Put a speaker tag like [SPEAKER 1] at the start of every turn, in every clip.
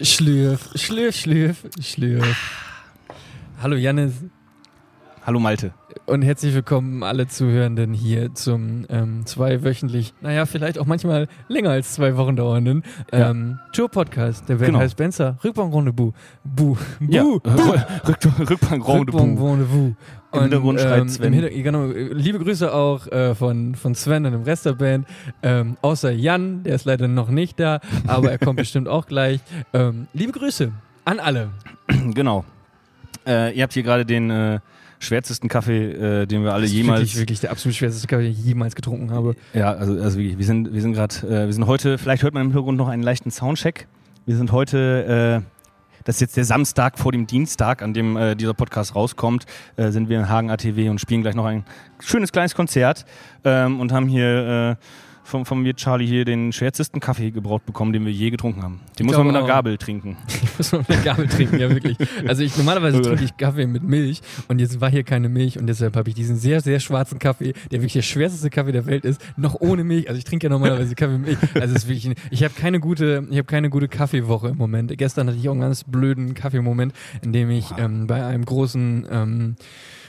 [SPEAKER 1] Schlürf, schlürf, schlürf, schlürf. Hallo Jannis
[SPEAKER 2] Hallo Malte.
[SPEAKER 1] und herzlich willkommen alle Zuhörenden hier zum ähm, zweiwöchentlich, naja, vielleicht auch manchmal länger als zwei Wochen dauernden ähm, Tour-Podcast der Van
[SPEAKER 2] Genau.
[SPEAKER 1] genau. Spencer. Rückbank-Rendezvous. Bu. Bu.
[SPEAKER 2] Ja. Rück- Rückbank Rendezvous.
[SPEAKER 1] Rendezvous.
[SPEAKER 2] Im Hintergrund schreit Sven.
[SPEAKER 1] ähm, im Hinter- genau, liebe Grüße auch äh, von, von Sven und dem Rest der Band. Ähm, außer Jan, der ist leider noch nicht da, aber er kommt bestimmt auch gleich. Ähm, liebe Grüße an alle.
[SPEAKER 2] Genau. Äh, ihr habt hier gerade den äh, schwärzesten Kaffee, äh, den wir alle
[SPEAKER 1] Das ist
[SPEAKER 2] jemals.
[SPEAKER 1] Wirklich, wirklich der absolut schwerste Kaffee, den ich jemals getrunken habe.
[SPEAKER 2] Ja, also, also wirklich, wir sind, wir sind gerade, äh, wir sind heute, vielleicht hört man im Hintergrund noch einen leichten Soundcheck. Wir sind heute, äh, das ist jetzt der Samstag vor dem Dienstag, an dem äh, dieser Podcast rauskommt, äh, sind wir in Hagen ATW und spielen gleich noch ein schönes kleines Konzert ähm, und haben hier äh, vom, vom wir Charlie hier den schwärzesten Kaffee gebraut bekommen, den wir je getrunken haben. Den muss
[SPEAKER 1] glaube
[SPEAKER 2] man mit einer
[SPEAKER 1] auch.
[SPEAKER 2] Gabel trinken.
[SPEAKER 1] Ich muss mal mit der Gabel trinken, ja wirklich. Also ich normalerweise trinke ich Kaffee mit Milch und jetzt war hier keine Milch und deshalb habe ich diesen sehr, sehr schwarzen Kaffee, der wirklich der schwerste Kaffee der Welt ist, noch ohne Milch. Also ich trinke ja normalerweise Kaffee mit Milch. Also es ist wirklich, ein, ich habe keine gute, ich habe keine gute Kaffeewoche im Moment. Gestern hatte ich auch einen ganz blöden Kaffeemoment, in dem ich ähm, bei einem großen ähm,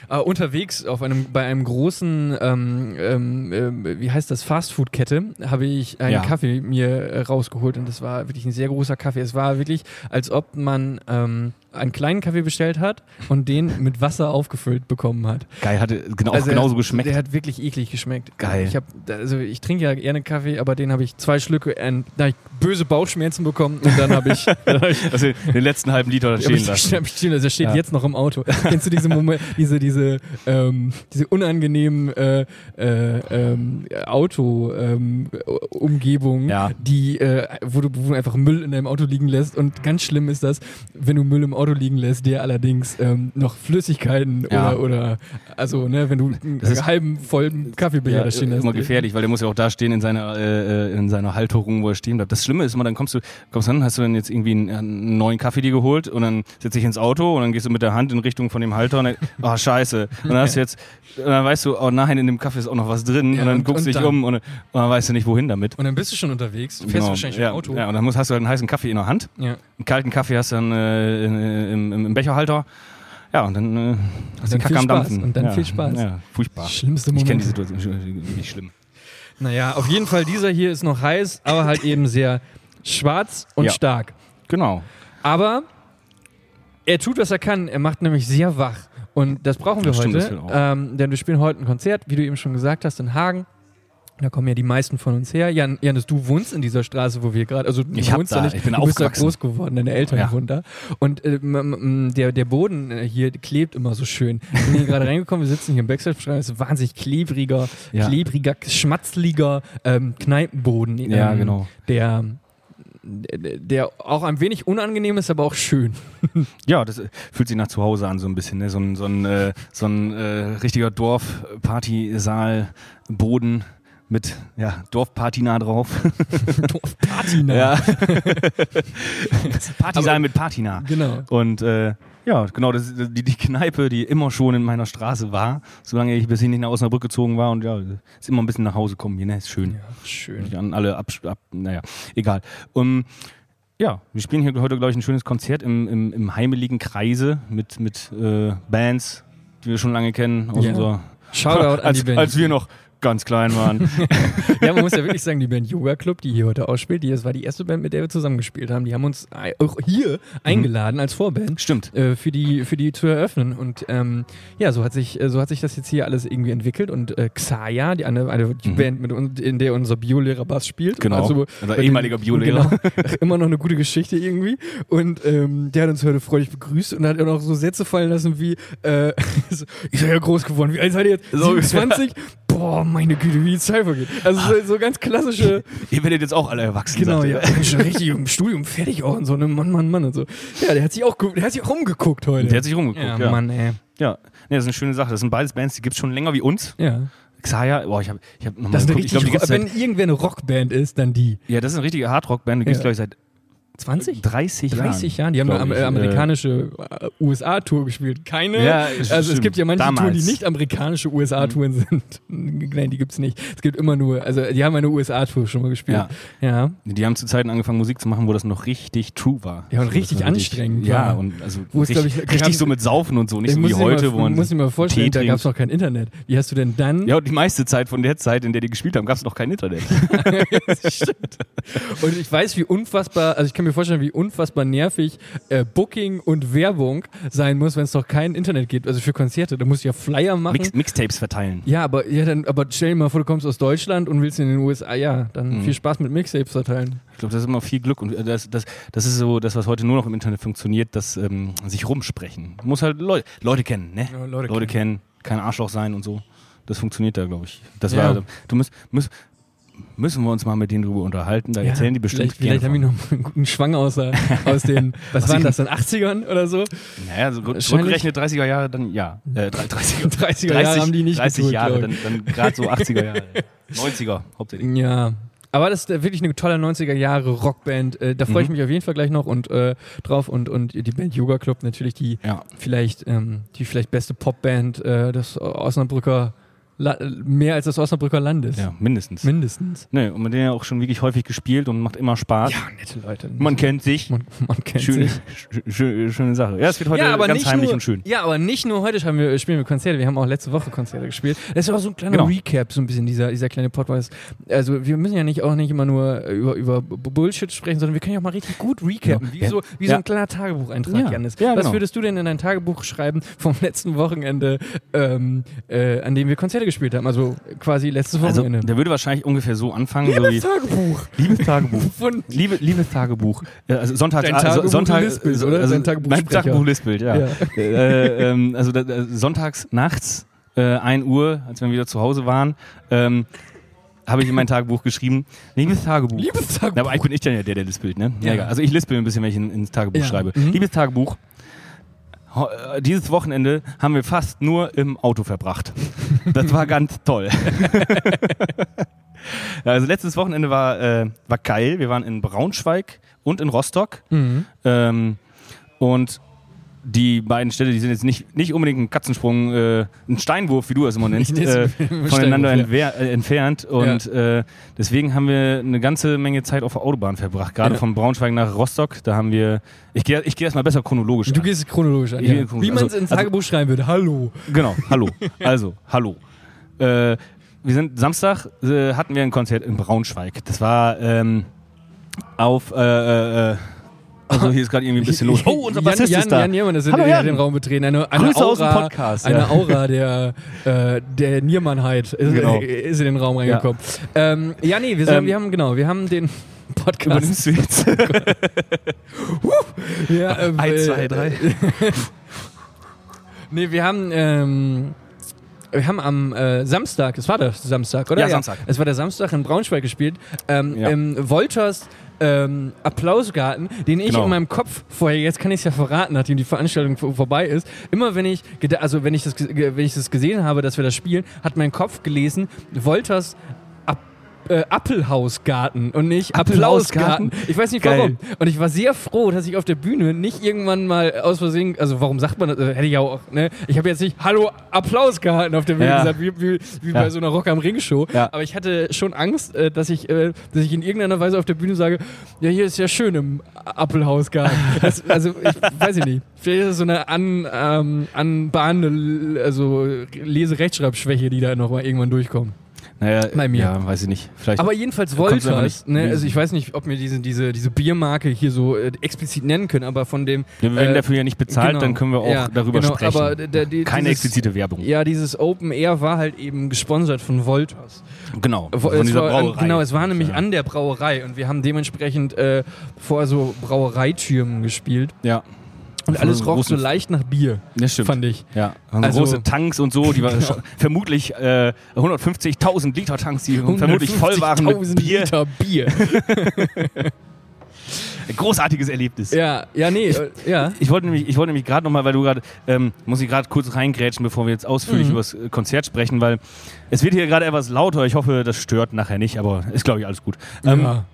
[SPEAKER 1] äh, unterwegs auf einem bei einem großen ähm, ähm, ähm, wie heißt das Fastfood-Kette habe ich einen
[SPEAKER 2] Ja.
[SPEAKER 1] Kaffee mir äh, rausgeholt und das war wirklich ein sehr großer Kaffee. Es war wirklich, als ob man ähm, einen kleinen Kaffee bestellt hat und den mit Wasser aufgefüllt bekommen hat.
[SPEAKER 2] Geil, hatte genau, auch
[SPEAKER 1] Also er
[SPEAKER 2] genauso
[SPEAKER 1] hat,
[SPEAKER 2] geschmeckt.
[SPEAKER 1] Der hat wirklich eklig geschmeckt.
[SPEAKER 2] Geil.
[SPEAKER 1] Ich hab, also ich trinke ja gerne Kaffee, aber den habe ich zwei Schlücke, und, da hab ich böse Bauchschmerzen bekommen und dann habe ich
[SPEAKER 2] also den letzten halben Liter da
[SPEAKER 1] Ja,
[SPEAKER 2] stehen
[SPEAKER 1] aber ich-
[SPEAKER 2] lassen.
[SPEAKER 1] hab ich stehen lassen. Der steht
[SPEAKER 2] Ja.
[SPEAKER 1] jetzt noch im Auto. Kennst du diese Moment, diese, diese, ähm, diese unangenehmen äh, äh, ähm, Auto-Umgebungen,
[SPEAKER 2] Ja.
[SPEAKER 1] die, äh, wo du wo du einfach Müll in deinem Auto liegen lässt. Und ganz schlimm ist das, wenn du Müll im Auto liegen lässt, der allerdings ähm, noch Flüssigkeiten
[SPEAKER 2] Ja.
[SPEAKER 1] oder, oder also ne, wenn du einen
[SPEAKER 2] Das ist-
[SPEAKER 1] halben vollen Kaffeebecher da stehen lässt.
[SPEAKER 2] immer gefährlich, weil der muss ja auch da stehen in seiner, äh, äh, in seiner Halterung, wo er stehen bleibt. Das Schlimme ist immer, dann kommst du, kommst dann, hast du dann jetzt irgendwie einen, einen neuen Kaffee dir geholt und dann setzt dich ins Auto und dann gehst du mit der Hand in Richtung von dem Halter und dann, oh scheiße. Und dann hast du jetzt, und dann weißt du, oh nein, in dem Kaffee ist auch noch was drin
[SPEAKER 1] Ja,
[SPEAKER 2] und dann
[SPEAKER 1] und- und
[SPEAKER 2] guckst du dich
[SPEAKER 1] dann-
[SPEAKER 2] um und, und dann weißt du nicht, wohin damit.
[SPEAKER 1] Und dann bist du schon unterwegs, fährst
[SPEAKER 2] Genau,
[SPEAKER 1] wahrscheinlich
[SPEAKER 2] ja,
[SPEAKER 1] im Auto.
[SPEAKER 2] Ja, und dann musst, hast du halt einen heißen Kaffee in der Hand,
[SPEAKER 1] Ja.
[SPEAKER 2] einen kalten Kaffee hast du dann äh, in, im, im- im Becherhalter. Ja, und dann äh, hast du
[SPEAKER 1] dann viel
[SPEAKER 2] die Kacke am
[SPEAKER 1] Spaß.
[SPEAKER 2] Dampfen.
[SPEAKER 1] Und dann
[SPEAKER 2] ja,
[SPEAKER 1] viel Spaß.
[SPEAKER 2] Ja, furchtbar.
[SPEAKER 1] Schlimmste
[SPEAKER 2] Ich
[SPEAKER 1] Moment.
[SPEAKER 2] kenne die Situation äh, nicht schlimm.
[SPEAKER 1] Naja, auf jeden Fall, dieser hier ist noch heiß, aber halt eben sehr schwarz und
[SPEAKER 2] Ja.
[SPEAKER 1] stark.
[SPEAKER 2] Genau.
[SPEAKER 1] Aber er tut, was er kann. Er macht nämlich sehr wach. Und das brauchen wir
[SPEAKER 2] Das stimmt,
[SPEAKER 1] heute.
[SPEAKER 2] das will auch.
[SPEAKER 1] ähm, denn wir spielen heute ein Konzert, wie du eben schon gesagt hast, in Hagen. Da kommen ja die meisten von uns her. Jan, Janis, du wohnst in dieser Straße, wo wir gerade, also du
[SPEAKER 2] Ich hab
[SPEAKER 1] wohnst
[SPEAKER 2] da-
[SPEAKER 1] nicht,
[SPEAKER 2] ich bin
[SPEAKER 1] du bist da
[SPEAKER 2] aufgewachsen.
[SPEAKER 1] groß geworden, deine Eltern
[SPEAKER 2] Ja.
[SPEAKER 1] wohnen da. Und äh, m- m- der, der Boden äh, hier klebt immer so schön. Ich bin hier gerade reingekommen, wir sitzen hier im Backstage, es ist wahnsinnig klebriger,
[SPEAKER 2] Ja.
[SPEAKER 1] klebriger, schmatzliger ähm, Kneipenboden. Ähm,
[SPEAKER 2] Ja, genau.
[SPEAKER 1] Der, der, der auch ein wenig unangenehm ist, aber auch schön.
[SPEAKER 2] Ja, das äh, fühlt sich nach zu Hause an, so ein bisschen. Ne? So ein, so ein, äh, so ein äh, richtiger Dorfpartysaal-Boden mit ja, Dorfparty-nah drauf.
[SPEAKER 1] Dorfparty, ne?
[SPEAKER 2] Partysaal
[SPEAKER 1] Aber-
[SPEAKER 2] mit Party-nah.
[SPEAKER 1] Genau.
[SPEAKER 2] Und äh, ja, genau, das, die, die Kneipe, die immer schon in meiner Straße war, solange ich bis hin nicht nach Osnabrück gezogen war. Und ja, ist immer ein bisschen nach Hause kommen hier, ne? Ist schön.
[SPEAKER 1] Schön.
[SPEAKER 2] Nicht An alle ab, ab naja, egal. Um, ja, wir spielen hier heute, glaube ich, ein schönes Konzert im, im, im heimeligen Kreise mit, mit äh, Bands, die wir schon lange kennen. Aus
[SPEAKER 1] Ja.
[SPEAKER 2] unserer,
[SPEAKER 1] Shoutout an die
[SPEAKER 2] als,
[SPEAKER 1] Band.
[SPEAKER 2] als wir noch ganz klein waren.
[SPEAKER 1] ja, man muss ja wirklich sagen, die Band Yoga Club, die hier heute ausspielt, die, das war die erste Band, mit der wir zusammengespielt haben. Die haben uns ei- auch hier
[SPEAKER 2] Mhm.
[SPEAKER 1] eingeladen als Vorband.
[SPEAKER 2] Stimmt.
[SPEAKER 1] äh, für die für die zu eröffnen und ähm, ja so hat sich äh, so hat sich das jetzt hier alles irgendwie entwickelt und äh, Xaya die eine, eine die Band mit uns in der unser Biolehrer Bass spielt
[SPEAKER 2] Mhm.
[SPEAKER 1] Also,
[SPEAKER 2] Genau. Unser
[SPEAKER 1] bei dem-
[SPEAKER 2] ehemaliger Biolehrer.
[SPEAKER 1] genau, immer noch eine gute Geschichte irgendwie und ähm, der hat uns heute freudig begrüßt und hat auch noch so Sätze fallen lassen wie äh, so, ich sei ja groß geworden wie alt seid ihr jetzt
[SPEAKER 2] So,
[SPEAKER 1] 27 boah meine Güte wie die Zeit vergeht also
[SPEAKER 2] Ah.
[SPEAKER 1] so, so ganz klassische
[SPEAKER 2] Ihr werdet jetzt auch alle erwachsen.
[SPEAKER 1] Genau,
[SPEAKER 2] sagt
[SPEAKER 1] ja.
[SPEAKER 2] er.
[SPEAKER 1] Schon richtig im Studium fertig auch und so, ne? Mann, Mann, Mann und so. Ja, der hat sich auch, ge- der hat sich auch rumgeguckt heute.
[SPEAKER 2] Der hat sich rumgeguckt.
[SPEAKER 1] ja,
[SPEAKER 2] Ja, ja.
[SPEAKER 1] Mann, ey.
[SPEAKER 2] Nee, das ist eine schöne Sache. Das sind beides Bands, die gibt es schon länger wie uns.
[SPEAKER 1] Ja.
[SPEAKER 2] Xaya, boah, ich habe ich hab nochmal
[SPEAKER 1] Das ist eine
[SPEAKER 2] geguckt. Ich
[SPEAKER 1] richtig,
[SPEAKER 2] glaube, die gibt's
[SPEAKER 1] Ro-
[SPEAKER 2] seit,
[SPEAKER 1] wenn irgendwer eine Rockband ist, dann die.
[SPEAKER 2] ja, das ist eine richtige Hardrock-Band. Die gibt es,
[SPEAKER 1] Ja.
[SPEAKER 2] glaube ich, seit
[SPEAKER 1] 20?
[SPEAKER 2] 30 Jahren.
[SPEAKER 1] 30 Jahren. Die haben eine
[SPEAKER 2] glaub
[SPEAKER 1] am-
[SPEAKER 2] ich,
[SPEAKER 1] äh, amerikanische äh, USA-Tour gespielt. Keine.
[SPEAKER 2] Ja,
[SPEAKER 1] also es
[SPEAKER 2] stimmt.
[SPEAKER 1] gibt ja manche Touren,
[SPEAKER 2] Damals. Mhm.
[SPEAKER 1] die nicht amerikanische USA-Touren sind. Nein, die gibt's nicht. Es gibt immer nur, also die haben eine USA-Tour schon mal gespielt. Ja. ja.
[SPEAKER 2] Die haben zu Zeiten angefangen, Musik zu machen, wo das noch richtig true war.
[SPEAKER 1] Ja, und
[SPEAKER 2] das
[SPEAKER 1] richtig
[SPEAKER 2] war
[SPEAKER 1] anstrengend
[SPEAKER 2] Ja,
[SPEAKER 1] war.
[SPEAKER 2] und also
[SPEAKER 1] Wo es,
[SPEAKER 2] richtig,
[SPEAKER 1] glaub ich,
[SPEAKER 2] richtig so mit Saufen und so, nicht so wie
[SPEAKER 1] muss mir
[SPEAKER 2] heute,
[SPEAKER 1] mal,
[SPEAKER 2] wo man.
[SPEAKER 1] muss ich mir mal vorstellen,
[SPEAKER 2] Tee
[SPEAKER 1] da gab es
[SPEAKER 2] trinkt.
[SPEAKER 1] noch kein Internet. Wie hast du denn dann?
[SPEAKER 2] ja, und die meiste Zeit von der Zeit, in der die gespielt haben, gab es noch kein Internet.
[SPEAKER 1] Stimmt. Und ich weiß, wie unfassbar, also ich kann mir vorstellen, wie unfassbar nervig äh, Booking und Werbung sein muss, wenn es noch kein Internet gibt. Also für Konzerte, da musst du ja Flyer machen.
[SPEAKER 2] Mix, Mixtapes verteilen.
[SPEAKER 1] Ja, aber, ja, dann, aber stell dir mal vor, du kommst aus Deutschland und willst in den USA, ja, dann
[SPEAKER 2] Mhm.
[SPEAKER 1] viel Spaß mit Mixtapes verteilen.
[SPEAKER 2] Ich glaube, das ist immer viel Glück und äh, das, das, das ist so das, was heute nur noch im Internet funktioniert, das ähm, sich rumsprechen. Muss halt Leute, Leute kennen, ne?
[SPEAKER 1] Ja, Leute
[SPEAKER 2] kennen. kein Arschloch sein und so. Das funktioniert da, glaube ich. Das
[SPEAKER 1] Ja.
[SPEAKER 2] war, du musst, musst, müssen wir uns mal mit denen drüber unterhalten. Da
[SPEAKER 1] Ja,
[SPEAKER 2] erzählen die bestimmt
[SPEAKER 1] Vielleicht, vielleicht haben die
[SPEAKER 2] gerne.
[SPEAKER 1] noch einen guten Schwang aus, der- aus den, was waren das, den 80ern oder so?
[SPEAKER 2] von. Naja, so rück-
[SPEAKER 1] Wahrscheinlich-
[SPEAKER 2] zurückgerechnet 30er Jahre, dann ja. Äh, 30er,
[SPEAKER 1] 30er Jahre haben die nicht
[SPEAKER 2] 30
[SPEAKER 1] getut,
[SPEAKER 2] Jahre,
[SPEAKER 1] glaub
[SPEAKER 2] dann, dann gerade so 80er Jahre. 90er hauptsächlich.
[SPEAKER 1] Ja. Aber das ist äh, wirklich eine tolle 90er Jahre Rockband. Äh, da freue
[SPEAKER 2] Mhm.
[SPEAKER 1] ich mich auf jeden Fall gleich noch und äh, drauf und, und die Band Yoga Club natürlich die
[SPEAKER 2] Ja.
[SPEAKER 1] vielleicht ähm, die vielleicht beste Popband äh, des Osnabrücker La äh, mehr als des Osnabrücker Landes.
[SPEAKER 2] ja, mindestens.
[SPEAKER 1] Mindestens.
[SPEAKER 2] ne, und mit denen ja auch schon wirklich häufig gespielt und macht immer Spaß.
[SPEAKER 1] nette Leute.
[SPEAKER 2] Man kennt sich.
[SPEAKER 1] man, man kennt
[SPEAKER 2] Schöne,
[SPEAKER 1] sich.
[SPEAKER 2] sch- sch- schöne Sache. Ja, es wird heute ganz heimlich
[SPEAKER 1] nur,
[SPEAKER 2] und schön.
[SPEAKER 1] Ja, aber nicht nur heute haben wir, äh, spielen wir Konzerte, wir haben auch letzte Woche Konzerte gespielt. Das ist ja auch so ein kleiner
[SPEAKER 2] Genau.
[SPEAKER 1] Recap, so ein bisschen dieser, dieser kleine Podcast. Also wir müssen ja nicht auch nicht immer nur äh, über, über B- Bullshit sprechen, sondern wir können ja auch mal richtig gut recappen,
[SPEAKER 2] Ja.
[SPEAKER 1] wie, so, wie so
[SPEAKER 2] Genau. Ja.
[SPEAKER 1] ein kleiner Tagebucheintrag,
[SPEAKER 2] Ja.
[SPEAKER 1] Janis.
[SPEAKER 2] Ja,
[SPEAKER 1] Was
[SPEAKER 2] genau.
[SPEAKER 1] würdest du denn in dein Tagebuch schreiben vom letzten Wochenende, ähm, äh, an dem wir Konzerte gespielt haben? Also quasi letztes
[SPEAKER 2] Also,
[SPEAKER 1] Wochenende.
[SPEAKER 2] der würde wahrscheinlich ungefähr so anfangen, so
[SPEAKER 1] Tagebuch
[SPEAKER 2] wie Liebes Tagebuch.
[SPEAKER 1] von
[SPEAKER 2] Liebe, liebes Tagebuch. Äh, Also Sonntag,
[SPEAKER 1] Dein
[SPEAKER 2] ah, so-
[SPEAKER 1] Tagebuch
[SPEAKER 2] Sonntag,
[SPEAKER 1] lispelt,
[SPEAKER 2] so-
[SPEAKER 1] oder?
[SPEAKER 2] Also
[SPEAKER 1] Dein Tagebuch
[SPEAKER 2] mein
[SPEAKER 1] Sprecher.
[SPEAKER 2] Tagebuch lispelt, ja.
[SPEAKER 1] Ja.
[SPEAKER 2] Äh, ähm, also da, da, sonntags nachts, äh, 1 Uhr, als wir wieder zu Hause waren, ähm, habe ich in mein Tagebuch geschrieben, liebes Tagebuch.
[SPEAKER 1] Liebes Tagebuch.
[SPEAKER 2] Na, aber eigentlich bin ich dann ja der, der lispelt, ne?
[SPEAKER 1] Ja.
[SPEAKER 2] Ja. Egal. Also ich lispel ein bisschen, wenn ich in, ins Tagebuch
[SPEAKER 1] Ja.
[SPEAKER 2] schreibe.
[SPEAKER 1] Mhm.
[SPEAKER 2] Liebes Tagebuch, ho- äh, dieses Wochenende haben wir fast nur im Auto verbracht. Das war ganz toll. Ja, Also letztes Wochenende war, äh, war geil. Wir waren in Braunschweig und in Rostock.
[SPEAKER 1] Mhm.
[SPEAKER 2] Ähm, und die beiden Städte, die sind jetzt nicht, nicht unbedingt ein Katzensprung, äh, ein Steinwurf, wie du es immer nennst,
[SPEAKER 1] Nee,
[SPEAKER 2] äh,
[SPEAKER 1] Steinwurf,
[SPEAKER 2] voneinander
[SPEAKER 1] ja.
[SPEAKER 2] entwer- äh, entfernt. Und äh, deswegen haben wir eine ganze Menge Zeit auf der Autobahn verbracht. Gerade
[SPEAKER 1] Ja.
[SPEAKER 2] von Braunschweig nach Rostock. Da haben wir. Ich gehe ich geh erstmal besser chronologisch.
[SPEAKER 1] Du
[SPEAKER 2] an.
[SPEAKER 1] gehst chronologisch an.
[SPEAKER 2] Ich
[SPEAKER 1] Ja.
[SPEAKER 2] gehe chronologisch.
[SPEAKER 1] Wie man es
[SPEAKER 2] Also-
[SPEAKER 1] ins
[SPEAKER 2] also-
[SPEAKER 1] Tagebuch schreiben würde. Hallo.
[SPEAKER 2] Genau, hallo. Also, hallo. Äh, wir sind Samstag äh, hatten wir ein Konzert in Braunschweig. Das war ähm, auf äh, äh, äh, also hier ist gerade irgendwie ein bisschen los. Oh, unser Bassist
[SPEAKER 1] Jan,
[SPEAKER 2] ist da.
[SPEAKER 1] Jan, Jan Niermann ist in
[SPEAKER 2] Hallo,
[SPEAKER 1] der
[SPEAKER 2] Jan.
[SPEAKER 1] den Raum betreten. Eine, eine
[SPEAKER 2] Grüße
[SPEAKER 1] Aura,
[SPEAKER 2] aus dem Podcast,
[SPEAKER 1] Eine
[SPEAKER 2] ja.
[SPEAKER 1] Aura der, äh, der Niermannheit ist,
[SPEAKER 2] Genau.
[SPEAKER 1] äh, ist in den Raum reingekommen. Ja, ähm, ja nee, wir, sollen,
[SPEAKER 2] Ähm.
[SPEAKER 1] wir haben, genau, wir haben den Podcast.
[SPEAKER 2] Übernimmst du jetzt?
[SPEAKER 1] Ja, äh,
[SPEAKER 2] Eins,
[SPEAKER 1] äh,
[SPEAKER 2] zwei, drei.
[SPEAKER 1] Nee, wir haben, ähm, wir haben am äh, Samstag, es war der Samstag, oder?
[SPEAKER 2] Ja, Samstag.
[SPEAKER 1] Es war der Samstag in Braunschweig gespielt, ähm,
[SPEAKER 2] Ja.
[SPEAKER 1] im Wolters ähm, Applausgarten, den ich
[SPEAKER 2] Genau.
[SPEAKER 1] in meinem Kopf vorher, jetzt kann ich es ja verraten, nachdem die Veranstaltung vor- vorbei ist, immer wenn ich, geda- also wenn ich, das, ge- ge- wenn ich das gesehen habe, dass wir das spielen, hat mein Kopf gelesen, Wolters Ap- äh, Appelhausgarten und nicht
[SPEAKER 2] Apfelhausgarten?
[SPEAKER 1] Applausgarten. Ich weiß nicht
[SPEAKER 2] Geil.
[SPEAKER 1] warum. Und ich war sehr froh, dass ich auf der Bühne nicht irgendwann mal aus Versehen, also warum sagt man das? Also Hätte ich ja auch, ne? Ich habe jetzt nicht Hallo Applaus gehalten auf der Bühne
[SPEAKER 2] Ja.
[SPEAKER 1] gesagt, wie, wie, wie
[SPEAKER 2] Ja.
[SPEAKER 1] bei so einer Rock am Ring Show.
[SPEAKER 2] Ja.
[SPEAKER 1] Aber ich hatte schon Angst, äh, dass ich, äh, dass ich in irgendeiner Weise auf der Bühne sage, ja, hier ist ja schön im Appelhausgarten. das, also ich weiß ich nicht. Vielleicht ist das so eine an, ähm, anbahnende L- also Lese-Rechtschreibschwäche, die da nochmal irgendwann durchkommt.
[SPEAKER 2] Naja,
[SPEAKER 1] Bei mir.
[SPEAKER 2] ja, weiß ich nicht. Vielleicht.
[SPEAKER 1] Aber jedenfalls
[SPEAKER 2] Kommst du einfach
[SPEAKER 1] Wolters,
[SPEAKER 2] nicht
[SPEAKER 1] ne,
[SPEAKER 2] lesen.
[SPEAKER 1] also ich weiß nicht, ob wir diese, diese, diese Biermarke hier so äh, explizit nennen können, aber von dem...
[SPEAKER 2] wir werden
[SPEAKER 1] äh,
[SPEAKER 2] dafür ja nicht bezahlt,
[SPEAKER 1] genau,
[SPEAKER 2] dann können wir auch
[SPEAKER 1] ja,
[SPEAKER 2] darüber
[SPEAKER 1] genau,
[SPEAKER 2] sprechen.
[SPEAKER 1] Aber d- d- die-
[SPEAKER 2] Keine
[SPEAKER 1] dieses,
[SPEAKER 2] explizite Werbung.
[SPEAKER 1] Ja, dieses Open Air war halt eben gesponsert von Wolters.
[SPEAKER 2] Genau.
[SPEAKER 1] Wo- es war, an- Genau, es war nämlich an der Brauerei und wir haben dementsprechend äh, vorher so Brauereitürmen gespielt
[SPEAKER 2] Ja,
[SPEAKER 1] und
[SPEAKER 2] Von
[SPEAKER 1] alles
[SPEAKER 2] so
[SPEAKER 1] roch so
[SPEAKER 2] großen-
[SPEAKER 1] leicht nach Bier,
[SPEAKER 2] das stimmt.
[SPEAKER 1] fand ich.
[SPEAKER 2] Ja, waren
[SPEAKER 1] Also-
[SPEAKER 2] so große Tanks und so, die waren schon- vermutlich äh, 150.000 Liter Tanks, die vermutlich voll waren mit
[SPEAKER 1] 150.000
[SPEAKER 2] Bier.
[SPEAKER 1] Liter Bier.
[SPEAKER 2] Großartiges Erlebnis.
[SPEAKER 1] ja, ja, nee, äh, ja.
[SPEAKER 2] Ich wollte nämlich, ich wollte nämlich gerade nochmal, weil du gerade, ähm, muss ich gerade kurz reingrätschen, bevor wir jetzt ausführlich über das Konzert sprechen, weil es wird hier gerade etwas lauter. Ich hoffe, das stört nachher nicht, aber ist, glaube ich, alles gut. Ähm,
[SPEAKER 1] ja.